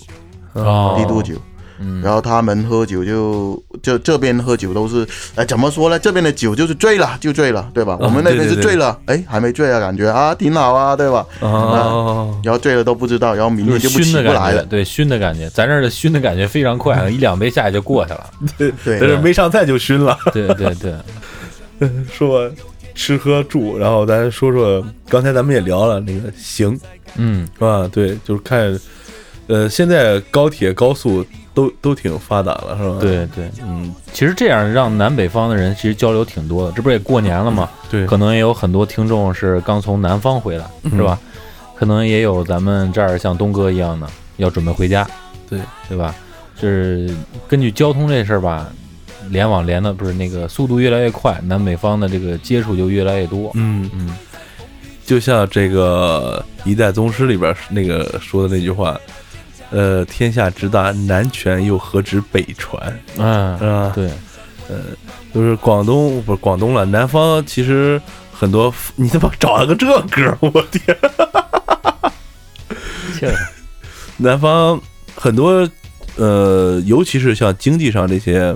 S2: 哦
S4: 低度酒，
S2: 嗯，
S4: 然后他们喝酒就就这边喝酒都是，哎，怎么说呢？这边的酒就是醉了就醉了，对吧？
S2: 哦
S3: 嗯
S4: 我们那边
S3: 对
S4: 是
S3: 对对
S4: 醉了，哎，还没醉啊，感觉啊挺好啊，对吧？
S3: 哦，
S4: 然后醉了都不知道，然后明
S2: 就
S4: 天就是不起
S2: 熏的
S4: 不来
S2: 感觉，
S4: 了，
S2: 对熏的感觉，咱这儿的熏的感觉非常 快，一两杯下去就过去了。
S4: 对
S3: 但是没上菜就熏了。
S2: 对对对，
S3: 说完吃喝住，然后咱说说刚才咱们也聊了那个行
S2: 嗯，
S3: 是吧？对，就是看，呃，现在高铁、高速都都挺发达了，是吧？，
S2: 对对，
S3: 嗯，
S2: 其实这样让南北方的人其实交流挺多的，这不是也过年了吗？
S3: 对，嗯
S2: 可能也有很多听众是刚从南方回来，是吧？可能也有咱们这儿像东哥一样的要准备回家，
S3: 对
S2: 对吧？就是根据交通这事儿吧，联网连的不是那个速度越来越快，南北方的这个接触就越来越多。
S3: 嗯，
S2: 嗯
S3: 就像这个《一代宗师》里边那个说的那句话。呃，天下之大，南拳又何止北拳，
S2: 嗯
S3: 是，吧？
S2: 对，
S3: 就是广东不是广东了，南方其实很多，你他妈找了个这歌儿，我天！
S2: 确实，
S3: 南方很多呃，尤其是像经济上这些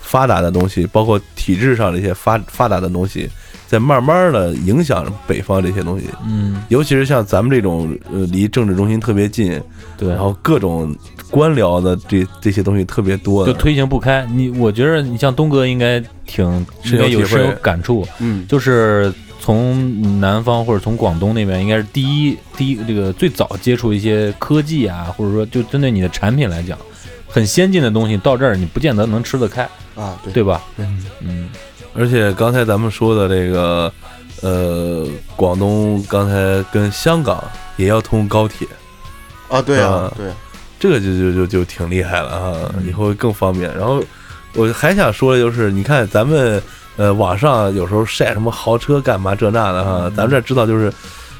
S3: 发达的东西，包括体制上这些发发达的东西，在慢慢的影响北方这些东西。
S2: 嗯，
S3: 尤其是像咱们这种呃离政治中心特别近，
S2: 对，
S3: 然后各种官僚的这这些东西特别多
S2: 就
S3: 的，
S2: 推行不开。你我觉得你像东哥应该挺
S3: 深
S2: 应
S3: 有
S2: 该有
S3: 体
S2: 深
S3: 会
S2: 有感触，
S4: 嗯，
S2: 就是从南方或者从广东那边，应该是第一第一这个最早接触一些科技啊，或者说就针对你的产品来讲，很先进的东西到这儿你不见得能吃得开，
S4: 啊，对，
S2: 对吧？嗯
S3: 而且刚才咱们说的这个呃，广东刚才跟香港也要通高铁。
S4: 啊，对啊
S2: 呃
S3: 啊，
S4: 对啊，
S3: 这个就就就就挺厉害了啊，
S2: 嗯
S3: 以后更方便。然后我还想说的就是，你看咱们呃网上有时候晒什么豪车干嘛这那的哈、
S2: 嗯
S3: 咱们这知道就是，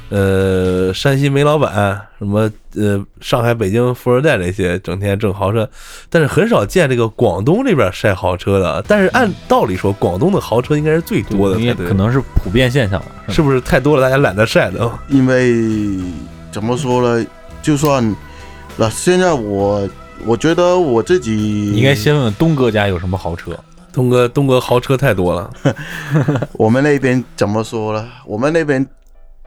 S3: 呃山西煤老板什么呃上海、北京、富二代这些整天挣豪车，但是很少见这个广东这边晒豪车的。但是按道理说，广东的豪车应该是最
S2: 对
S3: 多的
S2: 因为
S3: 才对，
S2: 可能是普遍现象了，
S3: 是不是太多了，大家懒得晒的啊？
S4: 因为怎么说呢，就算那现在我我觉得我自己
S2: 应该先问问东哥家有什么豪车。
S3: 东哥，东哥豪车太多了，
S4: 我们那边怎么说呢？我们那边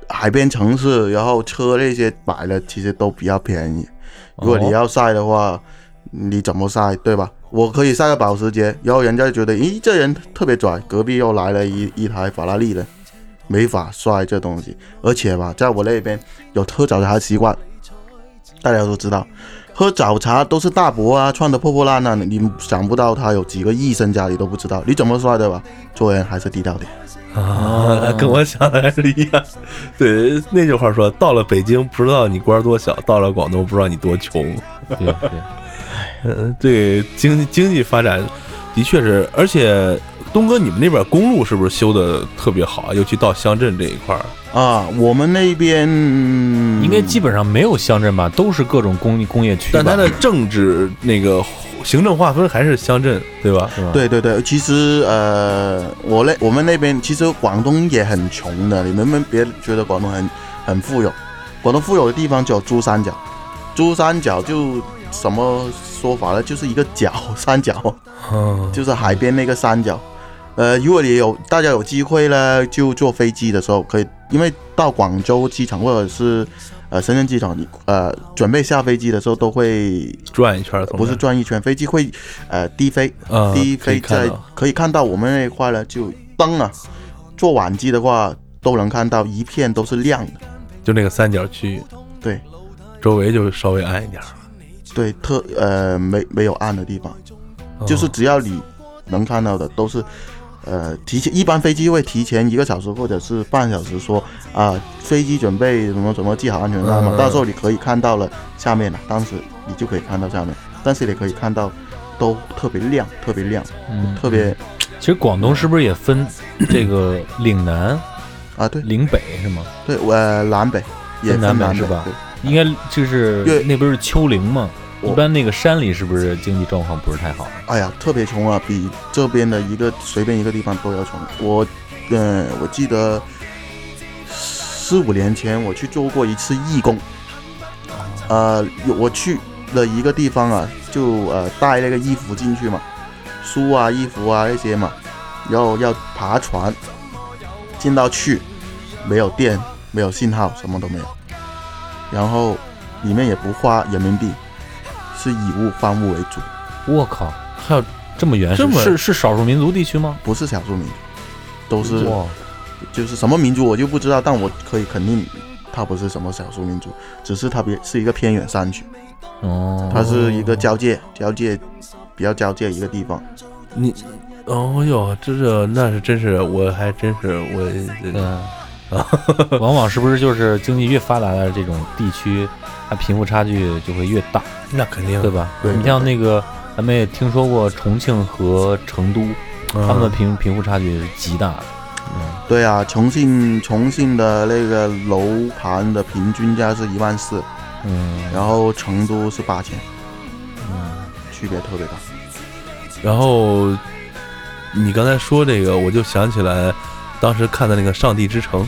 S4: 海边城市，然后车那些买的其实都比较便宜。如果你要晒的话，你怎么晒，对吧？我可以下个保时捷，然后人家就觉得，咦，这人特别拽，隔壁又来了一一台法拉利的，没法帅这东西。而且吧，在我那边有喝早茶的习惯，大家都知道，喝早茶都是大伯啊，穿的破破烂烂的，你想不到他有几个亿身家，你都不知道，你怎么帅的吧？做人还是低调点。
S3: 啊，跟我想的还是一样。 对，那句话说，到了北京不知道你官儿多小，到了广东不知道你多穷。
S2: 对对，
S3: 嗯，对，经经济发展的确是，而且东哥，你们那边公路是不是修的特别好啊？尤其到乡镇这一块儿，
S4: 啊，我们那边
S2: 应该基本上没有乡镇吧，都是各种工工业区吧。
S3: 但它的政治那个行政划分还是乡镇，对吧？
S2: 是吧，
S4: 对对对，其实呃，我那我们那边其实广东也很穷的，你们们别觉得广东很很富有，广东富有的地方叫珠三角，珠三角就什么说法呢？就是一个角三角，
S3: 嗯，
S4: 就是海边那个三角。呃，如果你有大家有机会呢，就坐飞机的时候可以，因为到广州机场或者是呃深圳机场，你呃准备下飞机的时候都会
S3: 转一圈儿从
S4: 不是转一圈，飞机会呃低飞，
S3: 那儿啊，
S4: 低
S3: 可以
S4: 飞
S3: 看
S4: 在
S3: 到
S4: 可以看到我们那一块呢，就灯啊，做晚机的话都能看到一片都是亮的，
S3: 就那个三角区，
S4: 对
S3: 周围就稍微暗一点儿，
S4: 对，特呃没没有暗的地方，
S3: 嗯
S4: 就是只要你能看到的都是。呃，提前一般飞机会提前一个小时或者是半小时说啊、飞机准备什么什么系好安全带嘛，
S3: 嗯
S4: 到时候你可以看到了下面了，当时你就可以看到下面，但是你可以看到都特别亮，特别亮，
S2: 嗯，
S4: 特别
S2: 其实广东是不是也分这个岭南、
S4: 啊对
S2: 岭北是吗？
S4: 对，呃南北也
S2: 分南
S4: 分
S2: 北
S4: 南
S2: 是
S4: 北
S2: 吧
S4: 对
S2: 应该就是
S4: 越
S2: 那不是丘陵嘛，
S4: 我
S2: 一般那个山里是不是经济状况不是太好？
S4: 哎呀，特别穷啊，比这边的一个随便一个地方都要穷。我，嗯、我记得四五年前我去做过一次义工，呃，有我去了一个地方啊，就呃带那个衣服进去嘛，书啊、衣服啊那些嘛，然后要爬船进到去，没有电，没有信号，什么都没有，然后里面也不花人民币，是以物换物为主。
S2: 我靠，还有这么原始
S3: 这？么
S2: 是是少数民族地区吗？
S4: 不是少数民族，都是
S2: 哇，
S4: 就是什么民族我就不知道，但我可以肯定，它不是什么少数民族，只是它别是一个偏远山区，
S2: 哦，
S4: 它是一个交界交界比较交界一个地方。
S3: 你。哦哟，这这那是真是，我还真是我，
S2: 嗯， 往往是不是就是经济越发达的这种地区，它贫富差距就会越大，
S3: 那肯定
S2: 对吧？
S4: 对
S2: 你像那个，咱们也听说过重庆和成都，
S3: 嗯
S2: 他们的贫贫富差距是极大的。
S4: 对啊，重庆重庆的那个楼盘的平均价是一万四，
S2: 嗯，
S4: 然后成都是八千，
S2: 嗯
S4: 区别特别大。
S3: 然后你刚才说这个，我就想起来当时看的那个《上帝之城》，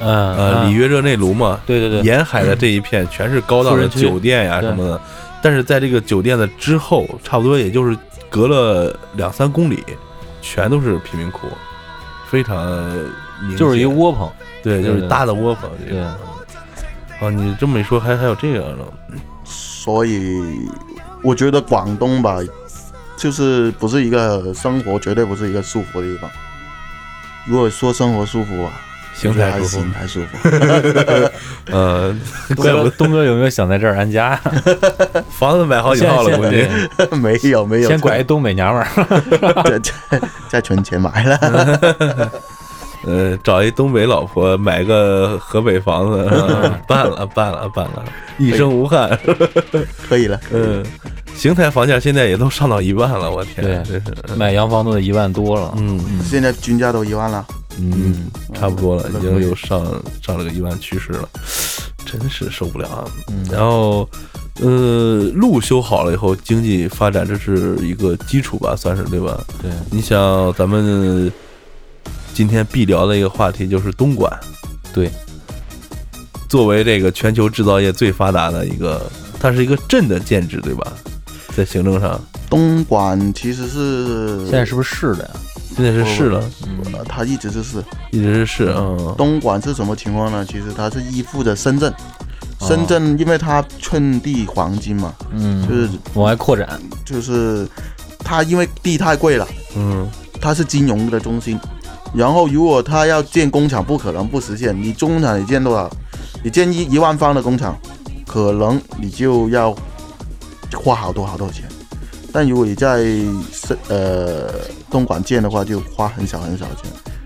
S2: 嗯
S3: 呃，里
S2: 嗯
S3: 约热内卢嘛，
S2: 对对对，
S3: 沿海的这一片全是高档
S2: 富
S3: 的
S2: 人区
S3: 酒店呀
S2: 对
S3: 什么的，但是在这个酒店的之后，差不多也就是隔了两三公里，全都是贫民窟，非常明显
S2: 就是一个，窝棚。对
S3: 对，就是
S2: 对
S3: 大的窝棚。这
S2: 对
S3: 个，哦，你这么一说，还还有这个呢，
S4: 所以我觉得广东吧，就是不是一个生活，绝对不是一个舒服的地方。如果说生活舒服吧，
S3: 行
S4: 我觉得
S3: 才
S4: 还
S3: 舒服
S4: 行，，还舒 服。
S3: 呃，
S2: 东
S3: 怪不
S2: 哥，
S3: 得
S2: 东哥有没有想在这儿安家？啊
S3: 房子买好几
S2: 先
S3: 套了，
S2: 先
S3: 估计。
S2: 对
S4: 没有没有，
S2: 先拐一东北娘们儿。
S4: 再再再存钱买了。
S3: 呃，找一东北老婆，买个河北 房子，啊办了，办了，办了，一生无憾。
S4: 可以了，
S3: 嗯，邢台房价现在也都上到一万了，我天，
S2: 对
S3: 真是，
S2: 买洋房都得一万多了。
S3: 嗯
S4: 现在均价都一万了。
S3: 嗯，差不多了，已
S4: 那
S3: 经
S4: 可以
S3: 有上上了个一万趋势了，真是受不了啊。然后，呃，路修好了以后，经济发展这是一个基础吧，算是对吧？
S2: 对，
S3: 你想，咱们今天必聊的一个话题就是东莞。
S2: 对，
S3: 作为这个全球制造业最发达的一个，它是一个镇的建制，对吧？在行政上，
S4: 东莞其实是
S2: 现在是不是市的呀？
S3: 现在是市了，
S4: 呃它一直就是
S3: 一直是市，嗯，
S4: 东莞是什么情况呢？其实它是依附着深圳，深圳因为它寸地黄金嘛，
S2: 嗯
S4: 就是
S2: 往外扩展。
S4: 就是它因为地太贵了，
S3: 嗯，
S4: 它是金融的中心。然后如果它要建工厂，不可能不实现。你工厂你建多少？你建一一万方的工厂，可能你就要花好多好多钱。但如果你在深呃东莞建的话，就花很少很少钱，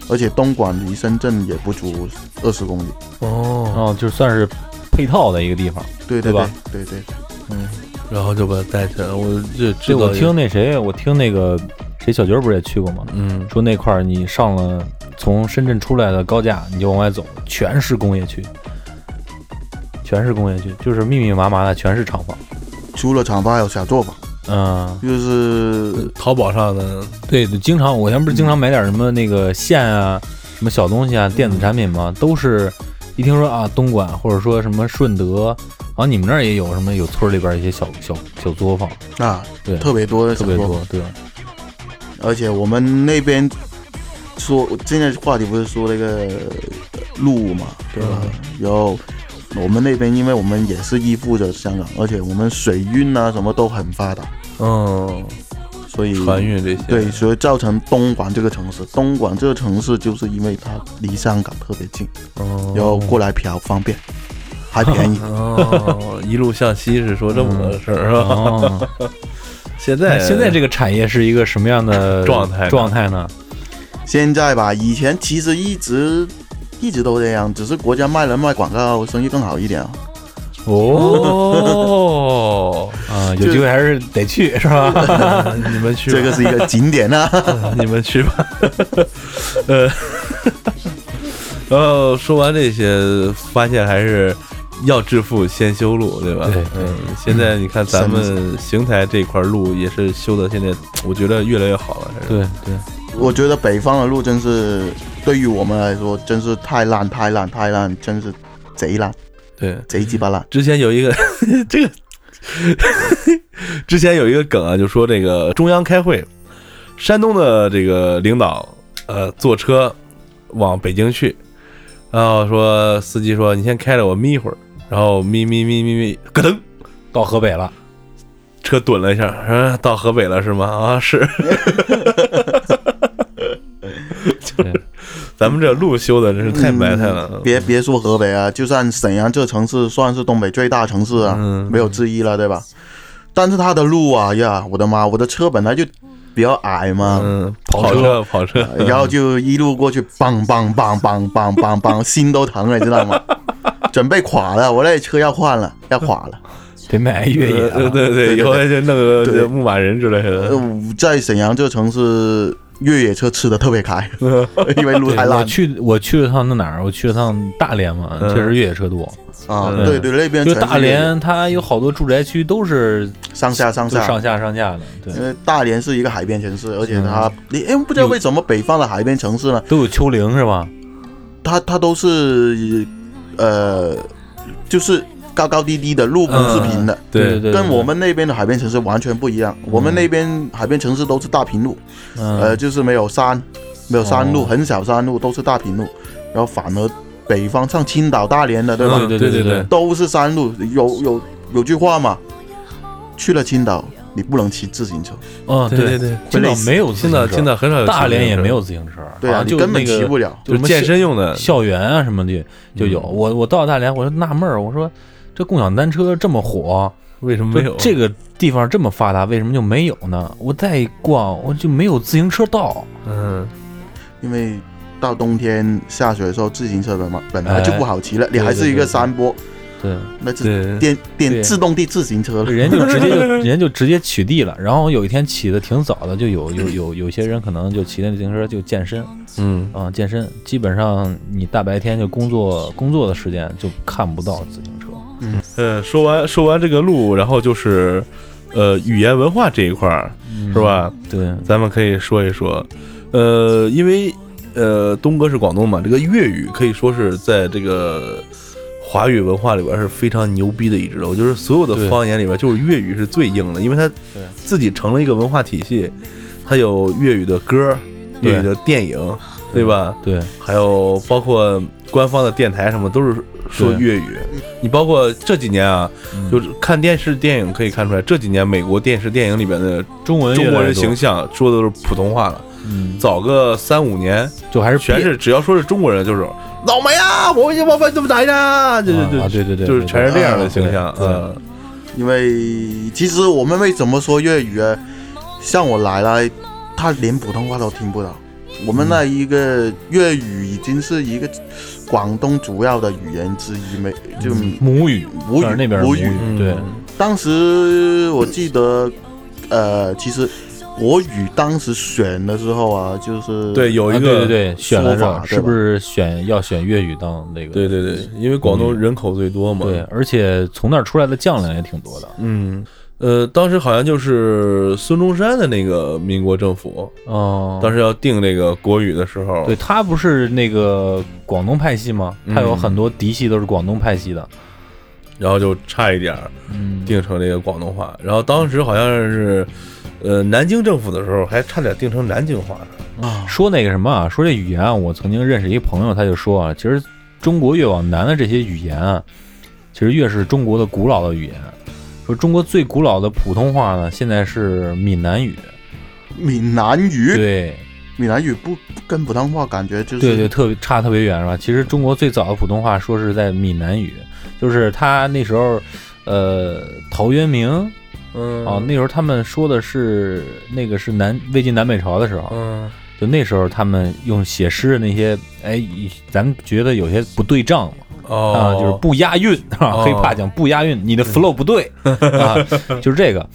S4: 而且东莞离深圳也不足二十公里。
S2: 然
S3: 哦，
S2: 后就算是配套的一个地方。
S4: 对
S2: 对
S4: 对对
S2: 吧
S4: 对对，
S3: 然后就把它带起来了。我这这
S2: 对，我听，那谁，我听那个谁小军儿不是也去过吗？
S3: 嗯，
S2: 说那块儿你上了从深圳出来的高架，你就往外走，全是工业区，全是工业区，就是密密麻麻的全是厂房。
S4: 除了厂房还有小作坊，
S2: 嗯，
S4: 就是
S3: 淘宝上的
S2: 对，经常我原不是经常买点什么那个线啊，什么小东西啊，电子产品嘛，都是一听说啊东莞或者说什么顺德，啊你们那儿也有什么有村里边一些小小小作坊，
S4: 啊，
S2: 对，
S4: 特别多的
S2: 特
S4: 小
S2: 别
S4: 作坊。
S2: 多，对，
S4: 而且我们那边说，现在话题不是说那个路嘛，对吧？然后我们那边，因为我们也是依附着香港，而且我们水运啊什么都很发达，
S3: 嗯
S4: 所以
S3: 船运这些，
S4: 对，所以造成东莞这个城市，东莞这个城市就是因为它离香港特别近，
S3: 哦，。
S4: 然后过来嫖方便，还便宜
S3: 哦，一路向西是说这么个事儿是吧？
S2: 哦，
S3: 现
S2: 那
S3: 在
S2: 嗯哎现在这个产业是一个什么样的
S3: 状态呢
S2: 状态呢？
S4: 现在吧，以前其实一直一直都这样，只是国家卖人卖广告，生意更好一点啊。
S2: 哦，
S3: 哦，
S2: 啊，有机会还是得去，是吧？
S3: 你们去吧
S4: 这个是一个景点啊。
S3: 你们去吧。 呃，然后说完这些，发现还是要致富先修路，对吧？
S2: 对嗯
S3: 嗯，现在你看咱们邢台这块路也是修的，现在我觉得越来越好了。还是
S2: 对对，
S4: 我觉得北方的路真是对于我们来说，真是太烂太烂太烂，真是贼烂
S3: 对，
S4: 贼鸡巴烂。
S3: 之前有一个 这个之前有一个梗啊，就说这个中央开会，山东的这个领导呃坐车往北京去，然后说司机说你先开着我眯一会儿，然后眯眯眯眯眯，咯噔。
S2: 到河北 了，
S3: 车顿了一下，啊，到河北了是吗？啊，是，
S2: 对
S3: 咱们这路修的真是太埋汰了。
S4: 嗯别别说河北啊，就算沈阳这城市算是东北最大城市啊，
S3: 嗯
S4: 没有之一了，对吧？但是它的路啊呀，我的妈，我的车本来就比较矮嘛，
S3: 嗯，跑车呃跑车，
S4: 然后就一路过去，梆梆梆梆梆梆梆，心都疼了，你知道吗？准备垮了，我那车要换了，要垮了。
S2: 得买越野
S3: 对
S2: 了，
S3: 呃对啊对，以后就弄个
S4: 对
S3: 牧马人之类
S4: 呃
S3: 的。，
S4: 在沈阳这城市，越野车吃的特别开， 因为路
S2: 对
S4: 太
S2: 我
S4: 烂
S2: 去我去了趟那哪儿？我去了趟大连嘛，
S3: 嗯
S2: 确实越野车多。
S4: 啊。
S3: 嗯
S4: 对对，那边
S2: 因为
S4: 全是
S2: 大
S4: 越野
S2: 连它有好多住宅区都是
S4: 上下上
S2: 就
S4: 下，呃
S2: 上下嗯上下的，对
S4: 因，为大连是一个海边城市，而且它你哎，不知道为什么北方的海边城市呢，
S2: 都有丘陵是吧？
S4: 它它都是呃，就是高高低低的，路不是平的。
S2: 嗯对对，
S4: 跟
S2: 对
S4: 我们那边的海边城市完全不一样，我们那边海边城市都是大平路，呃，
S2: 嗯
S4: 就是没有山，没有山路，
S2: 哦
S4: 很小山路，都是大平路，然后反而北方像青岛、大连的，对吧？
S2: 嗯对对对对
S4: 都是山路，有有有句话嘛，去了青岛你不能骑自行车，
S2: 嗯
S3: 对对对
S2: 青岛没有自
S3: 青
S2: 行
S3: 岛
S2: 车，
S3: 青岛很少有骑自行车，
S2: 大连也没有自行车，
S4: 对
S2: 好
S4: 啊，
S2: 像
S4: 你
S2: 就
S4: 根本
S2: 那个嗯
S4: 骑不了。
S3: 就
S2: 就是什么
S3: 健身用的，
S2: 校园啊什么的就有。
S3: 嗯
S2: 我我到大连，我说纳闷儿，我说这共享单车这么火，
S3: 为什么
S2: 就
S3: 没有？
S2: 这个地方这么发达，为什么就没有呢？我再一逛，我就没有自行车道。
S3: 嗯，
S4: 因为到冬天下雪的时候，自行车本来本来就不好骑了，你还是一
S2: 对对
S4: 个山坡，
S2: 哎对，
S4: 那是
S3: 对，
S4: 电
S2: 对
S4: 电自动地自行车了。
S2: 人就直接就人就直接取缔了。然后有一天起的挺早的，就有有有有些人可能就骑那自行车就健身
S3: 嗯，
S2: 啊、健身。基本上你大白天就工作工作的时间就看不到自行车。
S3: 呃，说完说完这个路，然后就是，呃，语言文化这一块儿是吧？
S2: 对，
S3: 咱们可以说一说，呃，因为呃，东哥是广东嘛，这个粤语可以说是在这个华语文化里边是非常牛逼的一支了。我觉得所有的
S2: 对
S3: 方言里边，就是粤语是最硬的，因为它自己成了一个文化体系，它有粤语的歌，
S2: 对
S3: 粤语的电影，对吧？
S2: 对，
S3: 还有包括官方的电台什么，都是说
S2: 对
S3: 粤语。你包括这几年啊，就是看电视电影可以看出来，这几年美国电视电影里边的
S2: 中文
S3: 中国人形
S2: 行，
S3: 象说的都是普通话了。
S2: 嗯，
S3: 早个三五年，
S2: 就还是
S3: 全
S2: 别
S3: 是只要说是中国人，就是老梅啊，我要我怎么打呀？就是
S2: 啊对对对啊
S3: 就是全是这样的形象。
S2: 对对
S3: 嗯，
S4: 因为其实我们为什么说粤语啊？像我奶奶，她连普通话都听不到。我们那一个粤语已经是一个广东主要的语言之一，没就
S2: 母语，
S4: 母
S2: 嗯
S4: 语
S2: 但是那边是
S4: 母
S2: 母
S4: 语
S3: 嗯
S2: 对，啊
S4: 当时我记得，呃，其实国语当时选的时候啊，就是
S3: 对，有一
S2: 啊对对
S3: 个
S2: 对选了
S4: 说法
S2: 这，是
S4: 对吧
S2: 不是选要选粤语当那个？
S3: 对对对，因为广东人口最多嘛。
S2: 对，啊而且从那儿出来的将领也挺多的
S3: 嗯，呃，当时好像就是孙中山的那个民国政府，
S2: 哦。
S3: 嗯当时要定这个国语的时候，
S2: 对他不是那个广东派系吗？
S3: 嗯
S2: 他有很多嫡系都是广东派系的，
S3: 然后就差一点儿
S2: 嗯，
S3: 定成这个广东话。然后当时好像是，呃，南京政府的时候还差点定成南京话呢。
S4: 啊，
S2: 说那个什么啊，说这语言啊，我曾经认识一个朋友，他就说啊，其实中国越往南的这些语言啊，其实越是中国的古老的语言。说中国最古老的普通话呢，现在是闽南语。
S4: 闽南语，
S2: 对
S4: 闽南语不不跟普通话感觉嗯就是
S2: 对对，特别差特别远是吧？其实中国最早的普通话说是在闽南语，就是他那时候，呃，陶渊明
S3: 嗯
S2: 啊，那时候他们说的是那个是南魏晋南北朝的时候，
S3: 嗯
S2: 就那时候他们用写诗的那些，哎，咱们觉得有些不对仗嘛，
S3: 哦、
S2: 啊，就是不押韵 啊，
S3: 哦
S2: 黑怕讲不押韵，你的 flow 不 对啊，就是这个，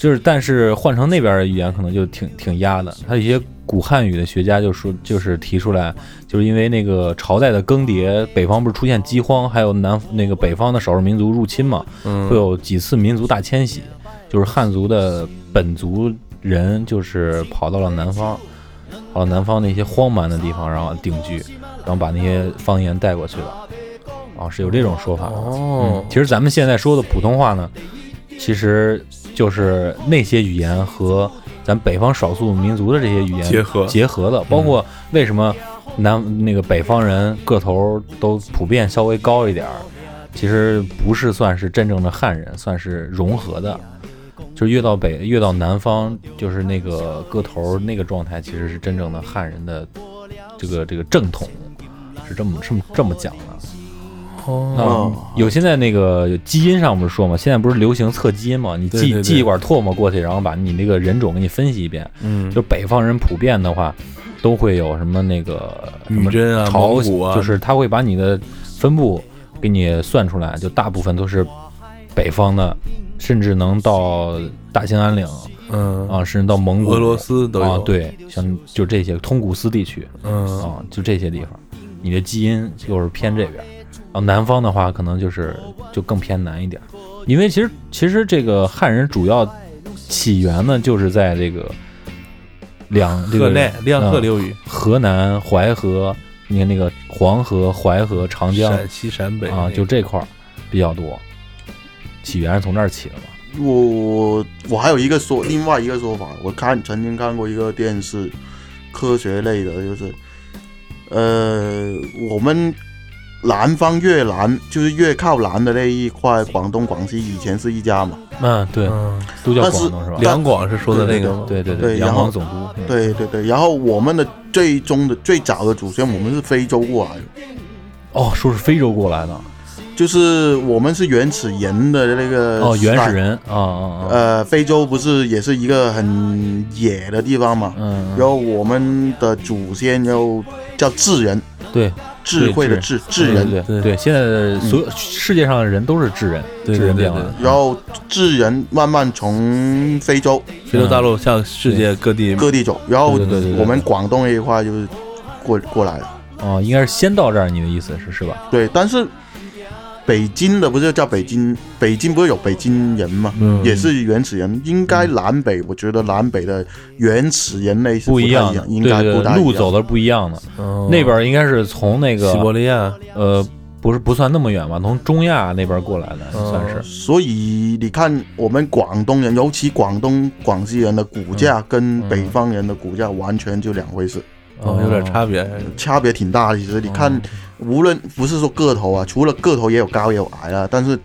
S2: 就是但是换成那边的语言可能就挺挺押的。他有一些古汉语的学家就说，就是提出来，就是因为那个朝代的更迭，北方不是出现饥荒，还有南那个北方的少数民族入侵嘛，会有几次民族大迁徙，就是汉族的本族人就是跑到了南方，跑到南方那些荒蛮的地方，然后定居，然后把那些方言带过去了，啊，是有这种说法的。
S3: 哦
S2: 嗯，其实咱们现在说的普通话呢，其实就是那些语言和咱北方少数民族的这些语言
S3: 结合
S2: 结合的，包括为什么南那个北方人个头都普遍稍微高一点儿，其实不是算是真正的汉人，算是融合的。就是越到北，越到南方，就是那个个头那个状态，其实是真正的汉人的这个这个正统，是这么这么这么讲的。
S4: 哦
S2: 啊，有现在那个有基因上不是说嘛，现在不是流行测基因嘛？你
S3: 对对
S2: 寄
S3: 对
S2: 寄一管唾沫过去，然后把你那个人种给你分析一遍。
S3: 嗯，
S2: 就北方人普遍的话，都会有什么那个什么
S3: 女真啊
S2: 朝
S3: 蒙古啊
S2: 就是他会把你的分布给你算出来，就大部分都是北方的，甚至能到大兴安岭
S3: 嗯
S2: 啊，甚至到蒙古、
S3: 俄罗斯都有
S2: 啊，，对，像就这些通古斯地区，
S3: 嗯
S2: 啊，就这些地方，你的基因就是偏这边儿。然后南方的话，可能就是就更偏南一点儿，因为其实其实这个汉人主要起源呢，就是在这个两这
S3: 河
S2: 个
S3: 内亮
S2: 嗯
S3: 河流域，
S2: 河南淮河，你看那个黄河、淮河、长江
S3: 陕西陕北
S2: 啊，就这块儿比较多，起源是从这儿起的嘛。
S4: 我我我还有一个说另外一个说法，我看曾经看过一个电视科学类的，就是呃，我们南方越南就是越靠南的那一块，广东广西以前是一家嘛，
S2: 嗯，对，
S3: 嗯，
S2: 都叫
S4: 但是
S2: 广东是吧？
S3: 两广是说的那
S4: 对对
S3: 个吗？
S2: 对对
S4: 对
S2: 两
S4: 然后
S2: 广总督。嗯，
S4: 对对对，然后我们的最终的最早的祖先，我们是非洲过来的，
S2: 哦，说是非洲过来的，
S4: 就是我们是原始人的那个
S2: 哦，原
S4: 时代
S2: 始。人，啊啊啊，
S4: 呃，非洲不是也是一个很野的地方嘛，
S2: 嗯，
S4: 然后我们的祖先又叫智人，
S2: 对，
S4: 智慧的
S2: 对
S4: 智智人，嗯
S2: 对对
S3: 对
S2: 对，现在的所有世界上的人都是智人，
S3: 对对
S2: 智人
S3: 对
S2: 变
S3: 对
S2: 了。
S4: 然后智人慢慢从非洲
S3: 非洲大
S2: 嗯
S3: 陆向世界各地
S4: 各地走，然后
S2: 对对对对对
S4: 我们广东那一块就是过过来了。
S2: 哦，应该是先到这儿，你的意思是是吧？
S4: 对，但是北京的不是叫北京，北京不是有北京人嘛，
S2: 嗯
S4: 也是原始人，应该南北，我觉得南北的原始人类是
S2: 不
S4: 太一
S2: 样的，
S4: 样，应
S2: 对
S4: 该
S2: 对
S4: 不
S2: 对，
S4: 大一
S2: 路
S4: 样嗯
S2: 走的是不一样的。
S3: 哦
S2: 那边应该是从那
S3: 西伯
S2: 个
S3: 利亚，
S2: 呃，不是不算那么远吧，从中亚那边过来的，
S3: 哦
S2: 算是。
S4: 所以你看，我们广东人，尤其广东、广西人的骨架跟北方人的骨架完全就两回事。
S3: 哦，有点差别。
S4: 差别挺大的。其实你看，
S3: 嗯
S4: 无论不是说个头啊，除了个头也有高也有矮啊，但是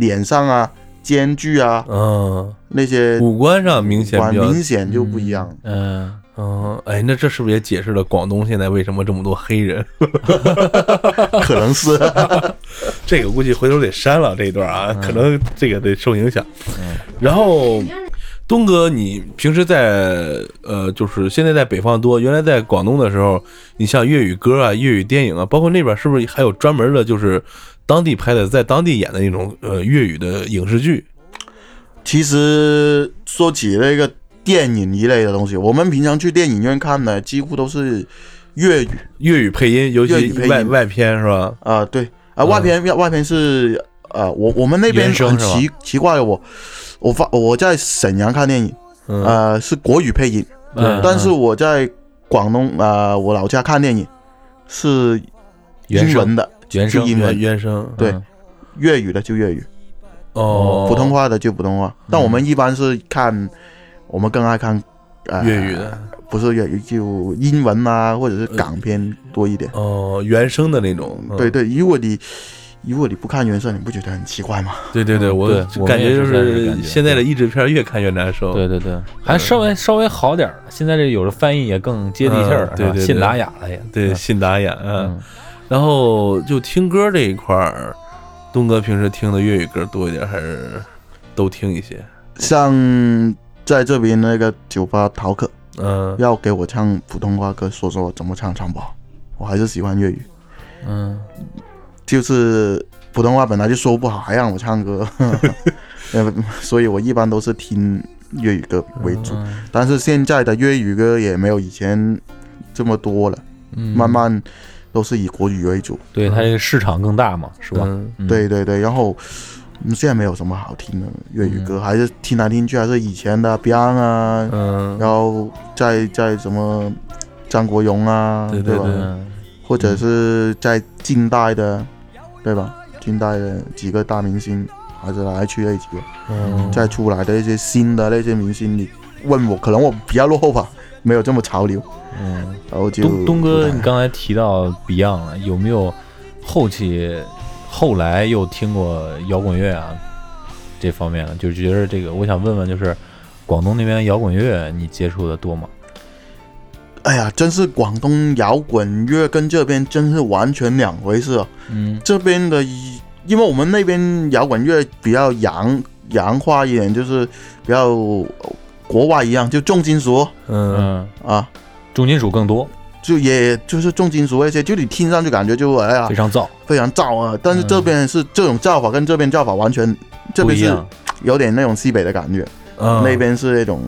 S4: 脸上啊、间距啊
S3: 嗯，
S4: 那些
S3: 五官上明显
S4: 哇
S3: 比较，
S4: 明显就不一样。
S2: 嗯，
S3: 嗯，哎，那这是不是也解释了广东现在为什么这么多黑人？ 嗯
S4: 可能是啊
S3: 这个估计回头得删了这一段啊，
S4: 嗯
S3: 可能这个得受影响。然后，东哥，你平时在呃，就是现在在北方多，原来在广东的时候，你像粤语歌啊、粤语电影啊，包括那边是不是还有专门的，就是当地拍的，在当地演的那种呃粤语的影视剧？
S4: 其实说起那个电影一类的东西，我们平常去电影院看的几乎都是粤语
S3: 粤语配音，尤
S4: 粤
S3: 其
S4: 语配音
S3: 外外片是吧？
S4: 啊、对啊、外片、外片是啊，我我们那
S3: 嗯
S4: 边
S3: 原声
S4: 很
S3: 是吧
S4: 奇奇怪的，我我发我在沈阳看电影，
S3: 嗯
S4: 呃，是国语配音，
S2: 嗯
S4: 但是我在广东啊、呃我老家看电影是
S2: 原
S4: 英
S2: 声
S4: 文的，
S2: 原
S4: 就
S2: 声
S4: 英
S3: 原
S4: 文，
S3: 原声
S4: 对
S2: 嗯
S4: 粤语的就粤语，
S3: 哦，嗯
S4: 普通话的就普通话。但我们一般是看，我们更爱看呃
S3: 粤语的
S4: 不是粤语就英文啊，或者是港片多一点。
S3: 哦，原声的那种，嗯
S4: 对对，如果你如果你不看原声，你不觉得很奇怪吗？
S3: 对对对，
S2: 嗯
S3: 我
S2: 对
S3: 就
S2: 我
S3: 感
S2: 们也
S3: 觉就是
S2: 这样的感觉
S3: 现在的译制片越看越难受。
S2: 对对对，还稍微稍微好点儿了。现在这有了翻译也更接地气儿
S3: 嗯
S2: 了，是
S3: 对
S2: 吧
S3: 对对
S2: 信达雅了也。
S3: 对，信达雅，嗯
S2: 嗯，，
S3: 然后就听歌这一块儿，东哥平时听的粤语歌多一点，还是都听一些？
S4: 像在这边那个酒吧逃课，
S3: 嗯
S4: 要给我唱普通话歌，说说我怎么唱唱不好，我还是喜欢粤语。
S2: 嗯，
S4: 就是普通话本来就说不好，还让我唱歌，呃，所以我一般都是听粤语歌为主。
S2: 嗯
S4: 但是现在的粤语歌也没有以前这么多了，
S2: 嗯
S4: 慢慢都是以国语为主。
S2: 对它这个市场更大嘛，是吧？
S3: 嗯
S2: 嗯
S4: 对对对，然后嗯现在没有什么好听的粤语歌，还是听来听去还是以前的 Beyond 啊，
S3: 嗯，
S4: 然后再再什么张国荣啊，
S3: 对
S4: 吧？
S3: 对，
S2: 嗯
S4: 或者是在近代的，对吧？近代的几个大明星，还是来来去那几个，
S2: 哦
S3: 嗯
S4: 再出来的一些新的那些明星，你问我，可能我比较落后吧，没有这么潮流，
S2: 嗯。
S4: 然后就
S2: 东东哥，
S4: 不太
S2: 你刚才提到 Beyond 了，有没有后期后来又听过摇滚乐啊这方面的？就是觉得这个，我想问问，就是广东那边摇滚乐你接触的多吗？
S4: 哎呀，真是广东摇滚乐跟这边真是完全两回事、啊。
S2: 嗯
S4: 这边的，因为我们那边摇滚乐比较洋洋化一点，就是比较国外一样，就重金属
S3: 嗯
S2: 嗯，
S4: 啊，
S2: 重金属更多，
S4: 就也就是重金属那些，就你听上去感觉就哎呀
S2: 非常燥，
S4: 非常燥啊。但是这边是、这种造法跟这边造法完全，这
S2: 不
S4: 边
S2: 一
S4: 是
S2: 样。啊
S4: 有点那种西北的感觉，
S3: 嗯
S4: 那边是那种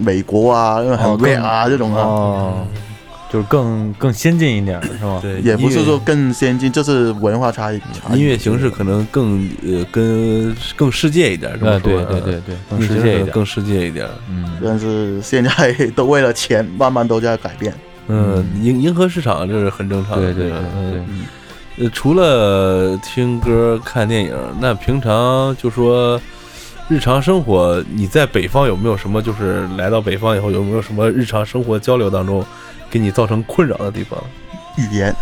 S4: 美国啊，那种
S2: 哦
S4: 很
S2: 更
S4: r 啊这种啊。
S2: 哦，就是更更先进一点的是吧？
S3: 嗯对
S4: 也不是
S3: 音乐
S4: 说更先进，这是文化差异。差异
S3: 音乐形式可能更呃跟更世界一点，这么
S2: 呃，
S3: 说
S2: 对对
S3: 嗯
S2: 对对，更
S3: 音乐
S2: 世
S3: 形
S2: 界一
S3: 式
S2: 点。
S3: 更世界一点。
S2: 嗯，
S4: 但是现在都为了钱，慢慢都在改变。
S3: 嗯，迎迎合市场这是很正常的。
S2: 啊对对对
S3: 这个
S2: 对对。
S3: 呃，除了听歌、看电影，那平常就说日常生活，你在北方有没有什么就是来到北方以后有没有什么日常生活交流当中给你造成困扰的地方？
S4: 语言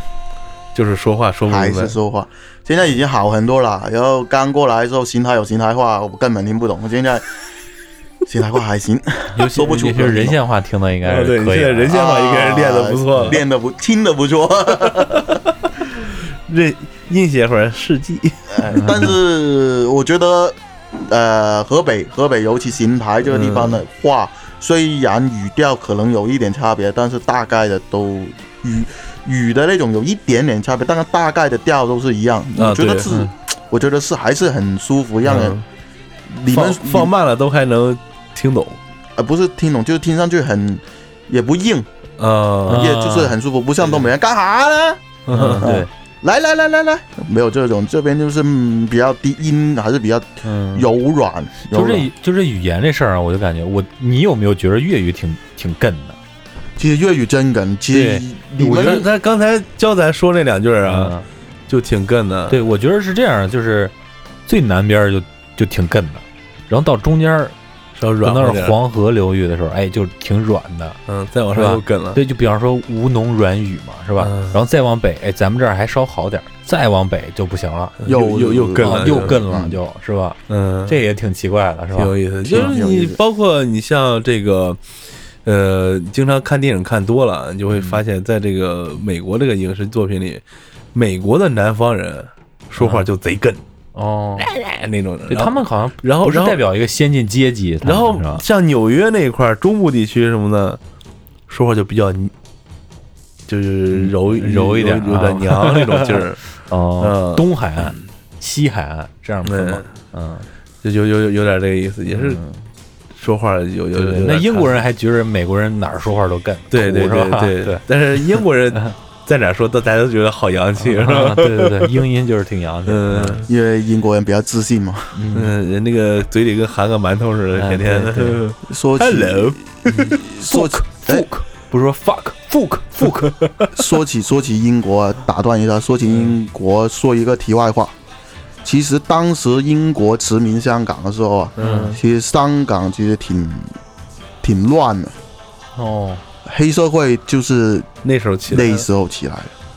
S3: 就是说话说不
S4: 还
S3: 明白
S4: 是。说话，现在已经好很多了。然后刚过来的时候，邢台有邢台话，我根本听不懂。现在邢台话还行，
S2: 尤其
S4: 说不出
S2: 尤其是人性化听的应该
S3: 啊
S2: 是
S3: 对，你
S2: 可以
S3: 现在
S2: 的。
S3: 人 现话应该是练的不错
S4: 啊
S3: 了，
S4: 练的不听的不错。
S3: 认印写会儿事迹。
S4: 哎但是我觉得，呃，河北河北尤其邢台这个地方的话，虽然语调可能有一点差别，但是大概的都语语的那种有一点点差别，但是大概的调都是一样。
S3: 啊
S4: 我觉得
S3: 对
S4: 是，
S3: 嗯
S4: 我觉得是还是很舒服，让人、
S3: 嗯
S4: 你
S3: 放
S4: 们
S3: 放慢了都还能听懂
S4: 呃不是听懂，就是听上去很也不硬，
S3: 啊
S2: 啊
S4: 也就是很舒服，不像东北人干啥呢？
S2: 嗯对，
S4: 来来来来来，没有这种，这边就是、嗯、比较低音，还是比较
S2: 嗯，
S4: 柔软。柔
S2: 就
S4: 软
S2: 这就这语言这事儿啊，我就感觉我你有没有觉得粤语挺挺哏的？
S4: 其实粤语真梗，其实
S2: 对
S4: 你
S3: 我觉得
S4: 们
S3: 他刚才教咱说那两句儿啊，
S2: 嗯，
S3: 就挺哏的。
S2: 啊对，我觉得是这样，就是最南边儿就就挺哏的，然后到中间儿
S3: 稍软
S2: 等
S3: 和
S2: 到
S3: 点
S2: 是
S3: 儿，
S2: 黄河流域的时候，哎，就挺软的，
S3: 嗯，再往
S2: 是
S3: 上
S2: 吧
S3: 又梗了，
S2: 对，就比方说吴侬软语嘛，是吧？
S3: 嗯
S2: 然后再往北，哎，咱们这儿还稍好点儿，再往北就不行了，
S3: 嗯
S4: 又
S3: 又又
S4: 又
S3: 梗
S2: 啊
S3: 了，
S2: 又跟了，
S4: 嗯
S2: 就是吧？
S3: 嗯，
S2: 这也挺奇怪的，是
S3: 挺
S2: 吧？
S3: 有意思。
S4: 挺
S3: 就是
S4: 有
S3: 你
S4: 意思
S3: 包括你像这个，呃，经常看电影看多了，你就会发现，在这个美国这个影视作品里，美国的南方人说话就贼哏、
S2: 哦，
S3: 哎那种人，
S2: 对
S3: 然后
S2: 他们好像
S3: 然后
S2: 不是
S3: 然后
S2: 代表一个先进阶级，他们
S3: 然后
S2: 是吧
S3: 像纽约那一块儿中部地区什么的，说话就比较，就是柔
S2: 柔一点啊
S3: 有点娘那种劲儿，
S2: 哦
S3: 嗯，
S2: 东海岸、西海岸这样分吗？嗯，
S3: 就有有有有点这个意思，也是
S2: 嗯
S3: 说话有有
S2: 对
S3: 有
S2: 对，那
S3: 有点
S2: 英国
S3: 看
S2: 人还觉得美国人哪儿说话都干，
S3: 对对
S2: 土是吧？
S3: 对
S2: 对。
S3: 但是英国人在哪儿说，都大家都觉得好洋气，是吧
S2: 啊？对对对，英音就是挺洋气的。
S3: 嗯
S4: 因为英国人比较自信嘛。
S3: 嗯，人那个嘴里跟含个馒头似的，
S2: 嗯
S3: 天天
S2: 对对
S4: 说起
S3: Hello，
S4: 说起
S2: fuck fuck，不是说 fuck fuck fuck，
S4: 说起说起英国啊，打断一下，说起英国，说一个题外话。其实当时英国殖民香港的时候啊，
S3: 嗯
S4: 其实香港其实挺挺乱的，
S2: 哦
S4: 黑社会就是
S3: 那时候起来
S4: 那时候起来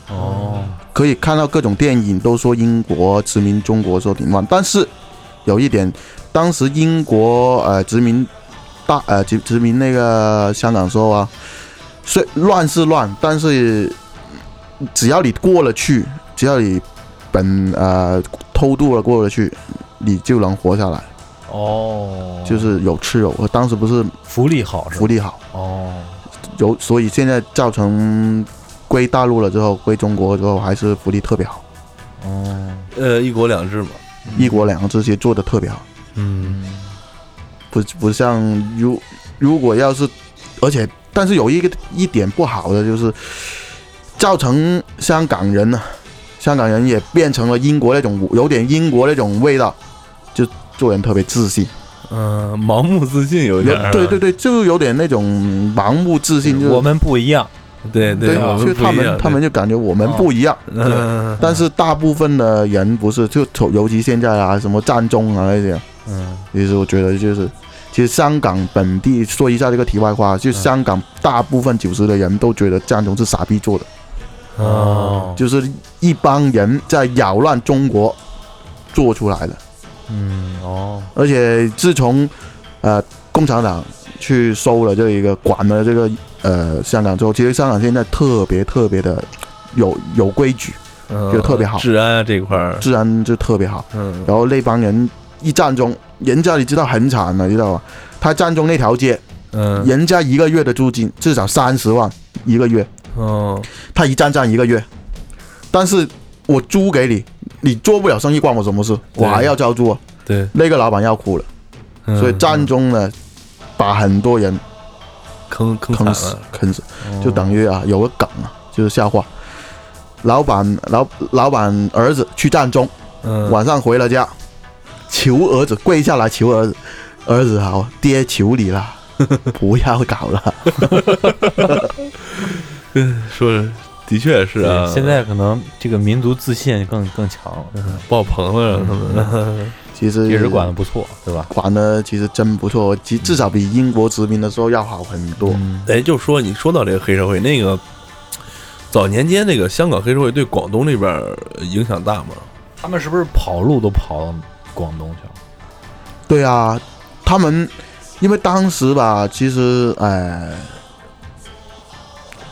S4: 的。
S2: 哦，
S3: 嗯
S4: 可以看到各种电影都说英国殖民中国说挺乱，但是有一点，当时英国呃殖民大呃殖殖民那个香港时候啊，虽乱是乱，但是只要你过了去，只要你本呃偷渡了过了去，你就能活下来，
S2: 哦，
S4: 就是有吃有喝。当时不是
S2: 福利好是吧
S4: 福？利好，
S2: 哦，
S4: 有所以现在造成归大陆了之后，归中国之后还是福利特别好，
S2: 哦，
S3: 呃一国两制嘛，
S4: 一国两制其实做的特别好。
S3: 嗯
S4: 不不像如如果要是，而且但是有一个一点不好的就是，造成香港人呢、香港人也变成了英国那种有点英国那种味道，就做人特别自信，
S3: 嗯，盲目自信有一点儿啊，
S4: 对对对，就有点那种盲目自信，就是
S2: 我们不一样，
S3: 对
S4: 对，
S3: 我
S4: 就
S3: 们不
S4: 他
S3: 一
S4: 们
S3: 样
S4: 他们就感觉我们不一样。
S3: 对嗯
S4: 但是大部分的人不是，就尤其现在啊，什么战中啊那些，
S2: 嗯
S4: 其实我觉得就是，其实香港本地说一下这个题外话，就
S2: 嗯
S4: 香港大部分九十的人都觉得战中是傻逼做的，
S2: 哦，
S4: 就是一帮人在扰乱中国做出来的。
S2: 嗯哦，
S4: 而且自从呃共产党去收了这一个管了这个呃香港之后，其实香港现在特别特别的有有规矩，
S3: 嗯
S4: 就特别好
S3: 治安啊这块儿，
S4: 治安就特别好。
S3: 嗯
S4: 然后那帮人一战中，人家你知道很惨啊的，你知道吧？他战中那条街。
S3: 嗯，
S4: 人家一个月的租金至少三十万一个月，
S3: 哦，
S4: 他一站站一个月，但是我租给你，你做不了生意关我什么事？
S3: 对
S4: 我还要交租啊！
S3: 对，
S4: 那个老板要哭了，
S3: 嗯
S4: 所以战中呢，把很多人
S3: 坑坑惨
S4: 坑死
S3: 了，，
S4: 坑死，就等于啊有个梗啊，就是笑话。老板老老板儿子去战中，
S3: 嗯，
S4: 晚上回了家，求儿子跪下来求儿子，儿子好，爹求你了，不要搞了。
S3: 说的确是啊，
S2: 对现在可能这个民族自信更更强了，
S3: 爆棚了，他们
S4: 其实
S2: 也是管的不错，对吧？
S4: 管的其实真不错，其至少比英国殖民的时候要好很多。
S2: 嗯
S3: 哎，就说你说到这个黑社会，那个早年间那个香港黑社会对广东那边儿影响大吗？
S2: 他们是不是跑路都跑到广东去了？
S4: 对啊，他们因为当时吧，其实呃，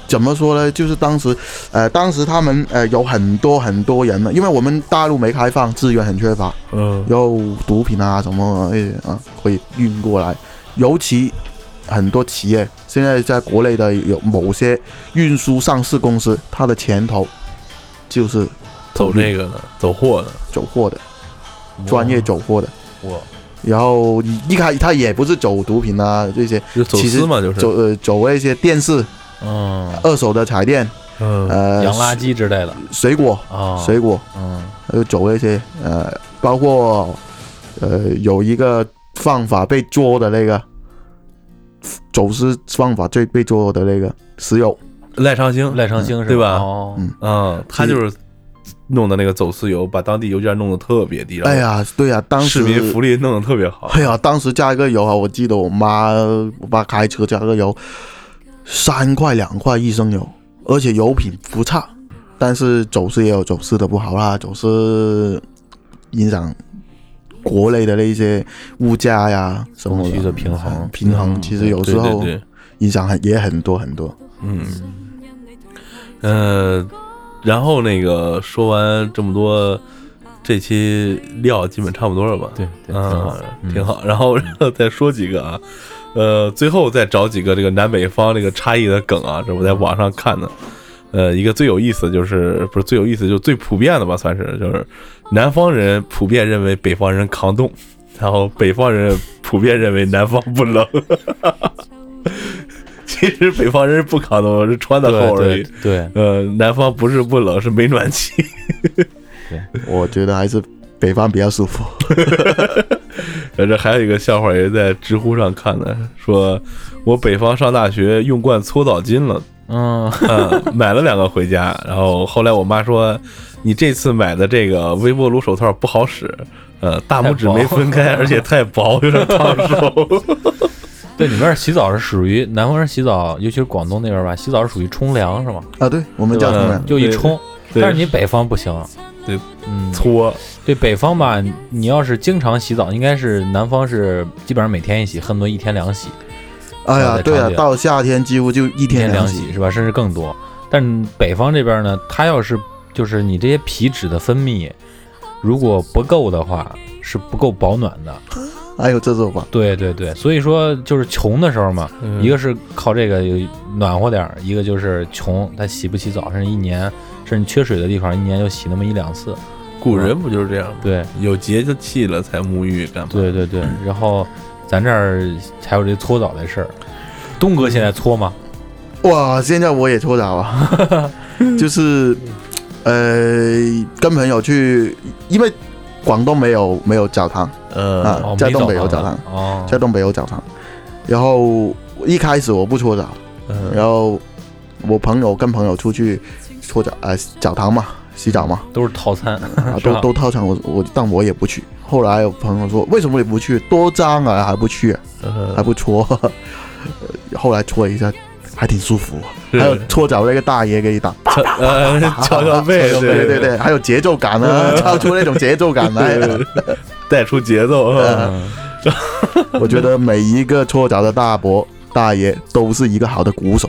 S4: 怎么说呢？就是当时呃，当时他们呃有很多很多人啊呢，因为我们大陆没开放，资源很缺乏，
S3: 嗯
S4: 有毒品啊什么那些啊会运过来，尤其。很多企业现在在国内的有某些运输上市公司，它的前头就是
S3: 走这个的，走货的，
S4: 走货的，专业走货的。
S2: 我
S4: 然后一开他也不是走毒品啊这些，
S3: 就走
S4: 其实
S3: 私嘛，就是
S4: 走呃走那些电视、
S2: 嗯，
S4: 二手的彩电，
S3: 嗯
S4: 呃，
S2: 洋垃圾之类的
S4: 水果、
S2: 啊，
S4: 水果，
S2: 嗯
S4: 呃，走那些呃，包括呃有一个犯法被捉的那个走私犯法最被捉的那个石油，
S3: 赖昌星
S2: 赖昌星是吧
S3: 对吧
S2: 哦
S4: 嗯
S3: 啊，他就是弄的那个走私油，把当地油价弄得特别低，
S4: 哎，呀，对呀、当
S3: 市
S4: 时
S3: 民福利弄得特别好，
S4: 哎呀，当时加一个油啊，我记得我妈我爸开车加个油，三块两块一升油，而且油品不差，但是走私也有走私的不好啦，走私影响国内的那一些物价呀什么哎
S2: 供需的平衡嗯
S4: 平衡其实有时候
S3: 对对对，
S4: 影响很也很多很多。
S3: 嗯，呃，然后那个说完这么多，这期料基本差不多了吧？
S2: 对对
S3: 啊，
S2: 嗯
S3: 挺好。然后再说几个啊，呃，最后再找几个这个南北方这个差异的梗啊，这我在网上看的。呃，一个最有意思的就是不是最有意思，就最普遍的吧，算是就是南方人普遍认为北方人抗冻，然后北方人普遍认为南方不冷。 其实北方人不抗冻，是穿的厚而
S2: 对
S3: 已。
S2: 对对，
S3: 呃，南方不是不冷，是没暖气。
S4: 我觉得还是北方比较舒服。
S3: 呃，这还有一个笑话也在知乎上看的，说我北方上大学用惯搓澡巾了，
S2: 嗯，
S3: 嗯，买了两个回家，然后后来我妈说，你这次买的这个微波炉手套不好使，呃，大拇指没分开，而且太薄，有点烫手。
S2: 对，你们那儿洗澡是属于南方人洗澡，尤其是广东那边吧，洗澡是属于冲凉是吗？
S4: 啊，对我们
S2: 对
S4: 叫
S2: 吧
S4: 什么呀
S3: 嗯？
S2: 就一冲，
S3: 对
S2: 但是你北方不行，啊
S3: 对，
S2: 嗯，
S3: 搓，
S2: 对北方吧，你要是经常洗澡，应该是南方是基本上每天一洗，恨不得一天两洗，
S4: 哎呀，对
S2: 差
S4: 呀、
S2: 点
S4: 到夏天几乎就一
S2: 啊一
S4: 天
S2: 两
S4: 洗。
S2: 是吧？甚至更多。但北方这边呢，它要是就是你这些皮脂的分泌如果不够的话，是不够保暖的。
S4: 还有哎这种吧，
S2: 对对对，所以说就是穷的时候嘛，
S4: 嗯
S2: 一个是靠这个有暖和点儿，一个就是穷，他洗不起澡，甚至一年甚至缺水的地方，一年就洗那么一两次。
S3: 古人不就是这样吗？
S2: 对
S3: 有节就气了才沐浴干嘛？
S2: 对对对，然后咱这儿还有这搓澡的事儿，东哥现在搓吗？
S4: 哇，现在我也搓澡啊，就是，呃，跟朋友去，因为广东没有没有澡堂，
S3: 呃
S4: 啊，
S2: 哦，
S4: 在
S2: 没
S4: 东北有
S2: 澡
S4: 澡
S2: 堂哦，
S4: 在东北有澡堂，然后一开始我不搓澡，
S3: 嗯
S2: 呃
S4: 然后我朋友跟朋友出去搓澡，呃，澡堂嘛，洗澡嘛，
S2: 都是套餐，
S4: 啊，
S2: 是
S4: 都
S2: 吧
S4: 都套餐，我我但我也不去。后来有朋友说，为什么你不去？多脏啊，还不去啊、还
S3: 呃，
S4: 不搓。呃 后来搓了一下，还挺舒服。
S3: 是
S4: 还有搓澡那个大爷给你打，
S3: 敲呃
S4: 啊
S3: 敲敲背，
S4: 对对对，还有节奏感啊，超出那种节奏 感来。
S3: 带出节奏。
S2: 嗯，
S4: 我觉得每一个搓澡的大伯大爷都是一个好的鼓手。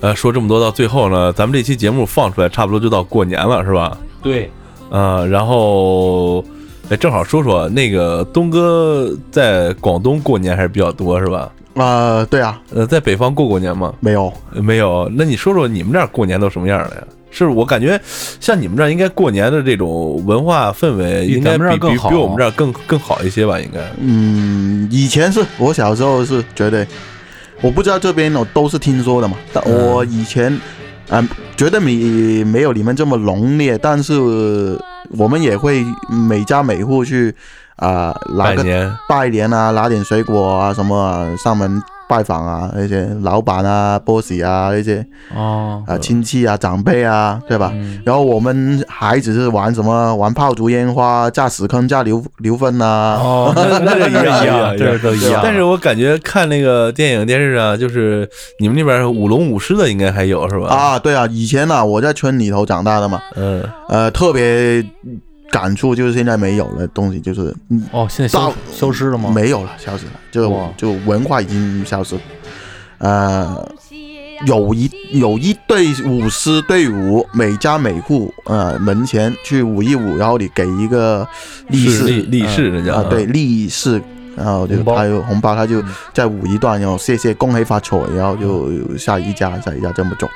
S3: 呃，说这么多到最后呢，咱们这期节目放出来，差不多就到过年了，是吧？
S2: 对，
S3: 呃，然后，哎，正好说说那个东哥在广东过年还是比较多，是吧？
S4: 啊，对啊，
S3: 呃，在北方过过年吗？
S4: 没有，
S3: 呃没有。那你说说你们这儿过年都什么样的呀？是我感觉像你们这儿应该过年的这种文化氛围，
S2: 比
S3: 应该
S2: 咱们这儿
S3: 比比
S2: 更好
S3: 比我们这儿更更好一些吧？应该。
S4: 嗯，以前是我小时候是绝对，我不知道这边我都是听说的嘛，但我以前，啊、觉得你没有你们这么浓烈，但是我们也会每家每户去啊、拿
S3: 拜
S4: 个
S3: 年，
S4: 拜年啊，拿点水果啊什么啊，上门拜访啊，那些老板啊、boss 啊那些
S2: 哦，
S4: 啊亲戚啊、长辈啊，对吧？
S2: 嗯，
S4: 然后我们孩子是玩什么？玩炮竹、烟花、炸屎坑、炸硫硫粪啊。
S2: 哦，那那
S3: 这
S2: 这 一样，
S3: 这
S2: 这都一样，
S3: 但是我感觉看那个电影电视啊，就是你们那边舞龙舞狮的应该还有是吧？，
S4: 啊，对啊，以前呢、我在村里头长大的嘛，
S3: 嗯，
S4: 呃，特别感触就是现在没有了东西，就是嗯
S2: 哦，现在消
S4: 大
S2: 消失了吗？
S4: 没有了，消失了，
S2: 哇
S4: 就就文化已经消失了。呃，有
S5: 有
S4: 一
S5: 一
S4: 有一队舞狮队伍，每家每户呃门前去舞一舞，然后你给一个力
S3: 是
S4: 士
S3: 力士人家
S4: 啊，对力士，然后就
S2: 红包
S4: 他有红包，他就
S2: 嗯
S4: 再舞一段，然后谢谢恭喜发财，然后就下一家下一家这么走。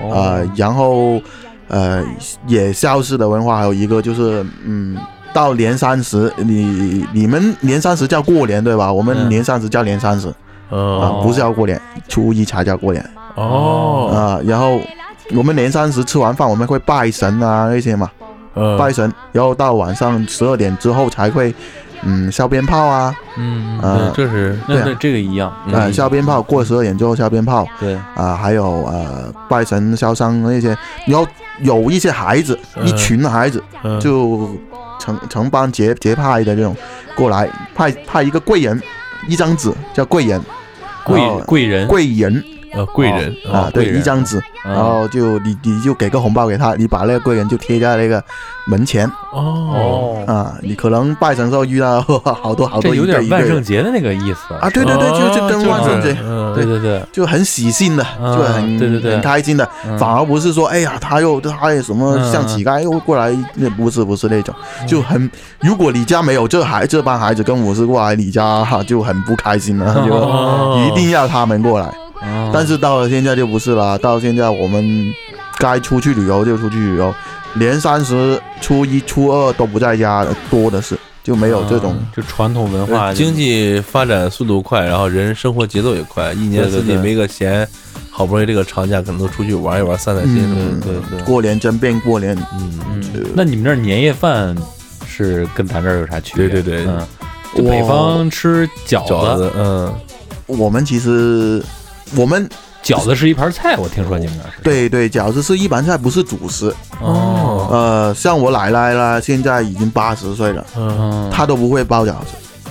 S2: 哦
S4: 呃，然后呃也消失的文化还有一个就是，嗯，到年三十，你你们年三十叫过年对吧？我们
S2: 嗯哦
S4: 年三十叫年三十
S3: 嗯
S4: 啊，不是叫过年，初一才叫过年
S3: 哦，
S4: 啊。然后我们年三十吃完饭，我们会拜神啊那些嘛，
S3: 嗯
S2: 哦
S4: 拜神，然后到晚上十二点之后才会嗯消鞭炮啊，
S2: 嗯，
S4: 呃
S2: 对，这是
S4: 对
S2: 那
S4: 啊
S2: 对这个一样，嗯
S4: 呃消鞭炮过十二点之后消鞭炮
S2: 对，
S4: 啊，还有呃拜神烧香那些，你要有一些孩子，
S3: 嗯
S4: 一群孩子
S3: 嗯
S4: 就成成帮结结派的这种过来，派派一个贵人，一张纸叫贵人，然后
S2: 贵贵人哦
S4: 贵人
S3: 呃，贵人
S4: 啊，
S3: 贵
S4: 对，
S3: 人
S4: 一张纸，
S2: 嗯
S4: 然后就你你就给个红包给他，你把那个贵人就贴在那个门前
S3: 哦，
S2: 哦，
S4: 啊，你可能拜神时候遇到 好多好
S2: 这
S4: 多
S2: 有
S4: 一对
S2: 点
S4: 一
S2: 万
S4: 对
S2: 圣
S4: 的
S2: 节的那个意思
S4: 啊，对对对，就就跟万圣节
S3: 嗯
S2: 对对对，
S4: 就很喜庆的，
S2: 嗯
S4: 就很
S2: 对对对
S4: 很开心的，
S2: 嗯
S4: 反而不是说哎呀他又他也什么
S2: 嗯
S4: 像乞丐又过来，那不是不是那种，就很如果你家没有这孩这帮孩子跟我是过来，你家哈就很不开心了，就
S3: 哦
S4: 一定要他们过来。
S2: 嗯
S4: 但是到了现在就不是了，到现在我们该出去旅游就出去旅游，年三十、初一、初二都不在家的多的是，就没有这种。
S2: 嗯就传统文化
S3: 经济发展速度快，然后人生活节奏也快，一年
S2: 对对
S3: 四季
S2: 对
S3: 没个闲，好不容易这个长假可能都出去玩一玩、散散心什么
S4: 嗯
S3: 的。
S2: 对对对，
S4: 过年真变过年，
S3: 嗯，
S2: 嗯，那你们这儿年夜饭是跟咱这儿有啥区别？
S3: 对对对
S2: 嗯，就北
S4: 我
S2: 方吃饺
S3: 饺
S2: 子，
S3: 子，嗯，
S4: 我们其实我们
S2: 饺子是一盘菜，我听说你们那儿是
S4: 对对饺子是一盘菜，不是主食。
S2: 哦，
S4: 呃，像我奶奶啦，现在已经八十岁了，
S2: 嗯，
S4: 她都不会包饺子，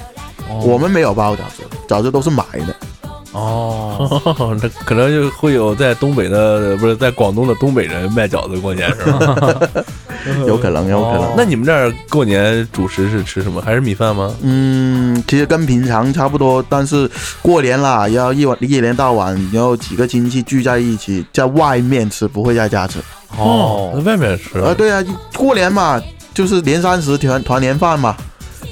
S2: 哦
S4: 我们没有包饺子，饺子都是买的。
S2: 哦，
S3: 哦，那可能就会有在东北的，不是在广东的东北人卖饺子过年是吧？
S4: 有可能，有可能。
S2: 哦
S3: 那你们这儿过年主食是吃什么？还是米饭吗？
S4: 嗯，其实跟平常差不多，但是过年啦，要一晚一年到晚，然后几个亲戚聚在一起，在外面吃，不会在家吃。
S3: 在
S2: 哦，
S3: 外面吃
S4: 啊，对啊，过年嘛，就是年三十团团年饭嘛。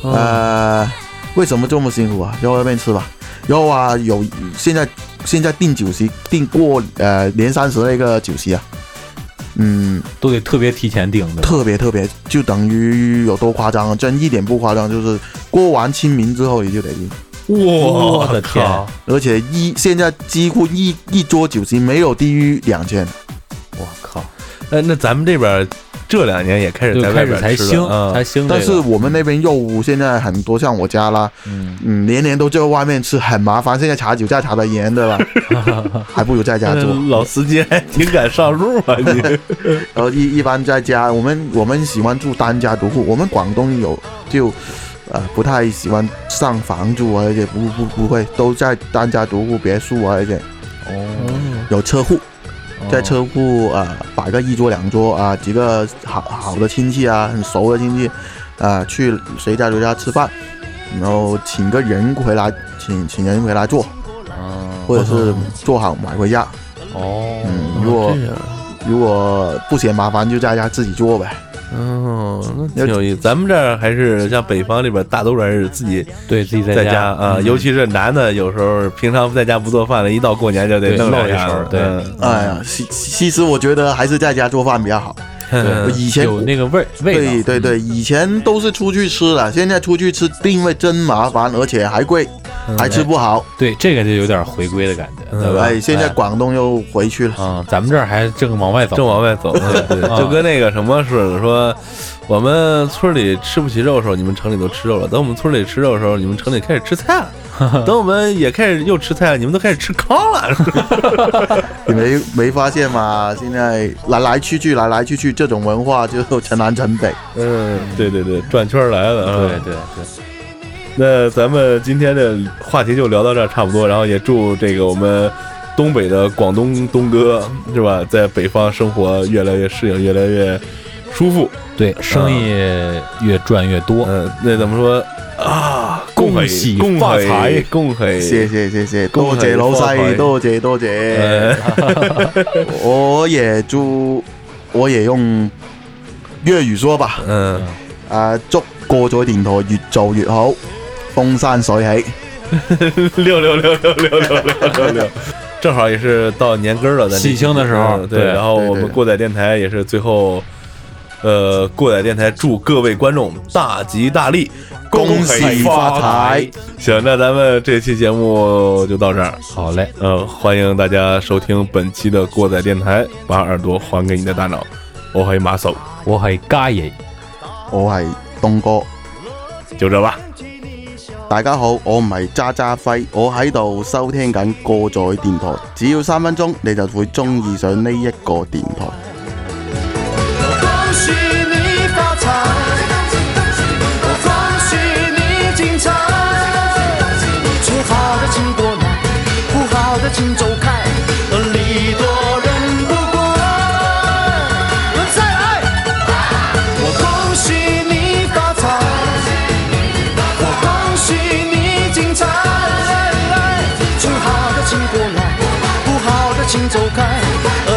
S2: 嗯
S4: 呃，为什么这么辛苦啊？在外面吃吧。然后啊，有现在现在订酒席，订过呃年三十那个酒席啊，嗯，
S2: 都得特别提前订的，
S4: 特别特别，就等于有多夸张啊？真一点不夸张，就是过完清明之后你就得订。
S2: 我的天
S3: 靠
S4: 而且一现在几乎一一桌酒席没有低于两千，
S2: 我靠，
S3: 哎，那咱们这边儿这两年也开始
S2: 就
S3: 在外
S2: 开始
S3: 边
S2: 才
S3: 吃了
S2: 兴才
S3: 嗯
S2: 兴这个，
S4: 但是我们那边又现在很多像我家啦，
S2: 嗯，
S4: 嗯，年年都在外面吃，很麻烦。现在查酒驾查的严的了，还不如在家做。
S3: 老司机还挺敢上路啊！你
S4: 然后一一般在家，我们我们喜欢住单家独户，我们广东有就。呃，不太喜欢上房住啊，而且不不不会都在单家独户别墅啊，而且
S2: 哦，
S4: 有车库，在
S2: 哦
S4: 车库呃摆个一桌两桌啊、几个好好的亲戚啊，很熟的亲戚，啊、去谁家谁家吃饭，然后请个人回来，请请人回来做，
S2: 嗯
S4: 或者是做好买回家。
S2: 哦，
S4: 嗯，如果如果不嫌麻烦，就在家自己做呗。
S2: 哦
S3: 嗯，那挺有意思。咱们这儿还是像北方这边，大多数人是自己
S2: 对自己
S3: 在
S2: 家
S3: 家啊，
S2: 嗯
S3: 尤其是男的，有时候平常在家不做饭的，一到过年就得
S2: 对
S3: 弄
S2: 露
S3: 两
S2: 一
S3: 下
S2: 手
S3: 子
S2: 对
S3: 嗯
S4: 哎呀，其其实我觉得还是在家做饭比较好。
S2: 对
S4: 我以
S2: 嗯
S4: 前
S2: 有那个味儿味
S4: 对
S2: 道，嗯
S4: 对对，
S3: 嗯
S4: 以前都是出去吃的，现在出去吃定位真麻烦，而且还贵，
S3: 嗯
S4: 还吃不好。
S2: 对这个就有点回归的感觉，对吧？
S3: 嗯
S4: 哎，现在广东又回去了。
S2: 啊，咱们这儿还正往外走，
S3: 正往外走，对
S2: 啊
S3: 就跟那个什么似的，说我们村里吃不起肉的时候，你们城里都吃肉了；等我们村里吃肉的时候，你们城里开始吃菜 了；等我们也开始又吃菜了，你们都开始吃糠了。
S4: 你没没发现吗？现在来来去去，来来去去，这种文化就城南城北。
S3: 嗯，对对对，转圈儿来了。啊
S2: 对对对，
S3: 那咱们今天的话题就聊到这儿差不多，然后也祝这个我们东北的广东东哥是吧，在北方生活越来越适应，越来越舒服。
S2: 对生意越赚越多，
S3: 嗯、那怎么说啊？
S2: 恭喜
S3: 喜恭
S2: 发财
S3: 恭喜！
S4: 谢谢谢谢，
S3: 恭
S4: 多
S3: 喜
S4: 谢老
S3: 发财
S4: 细，多谢多谢。
S3: 呃，
S4: 我也祝，我也用粤语说吧。
S3: 嗯，
S4: 啊，祝过咗電台越做越好，風生水起。
S3: 六六六六六六六六六， 正好也是到年根儿了，咱这
S2: 喜庆的时候
S3: 嗯对，
S2: 对
S3: 然后我
S4: 对
S3: 们
S4: 对
S3: 过载电台也是最后，呃，过载电台祝各位观众大吉大利，
S4: 恭喜发财。
S3: 行，那咱们这期节目就到这儿。
S2: 好嘞，
S3: 嗯、欢迎大家收听本期的过载电台，把耳朵还给你的大脑。我黑马手，
S2: 我系家爷。
S4: 我係東哥。
S3: 就这吧。
S1: 天。
S4: 大家好，我唔係渣渣輝，我喺度收聽緊過載電台，只要三分鐘你就會中意上呢一個電台。
S1: 恭喜你发财，我恭喜你精彩。说好的请过来，不好的请走开，礼多人不怪。再来，我恭喜你发财，我恭喜你精彩。说好的请过来，不好的请走开，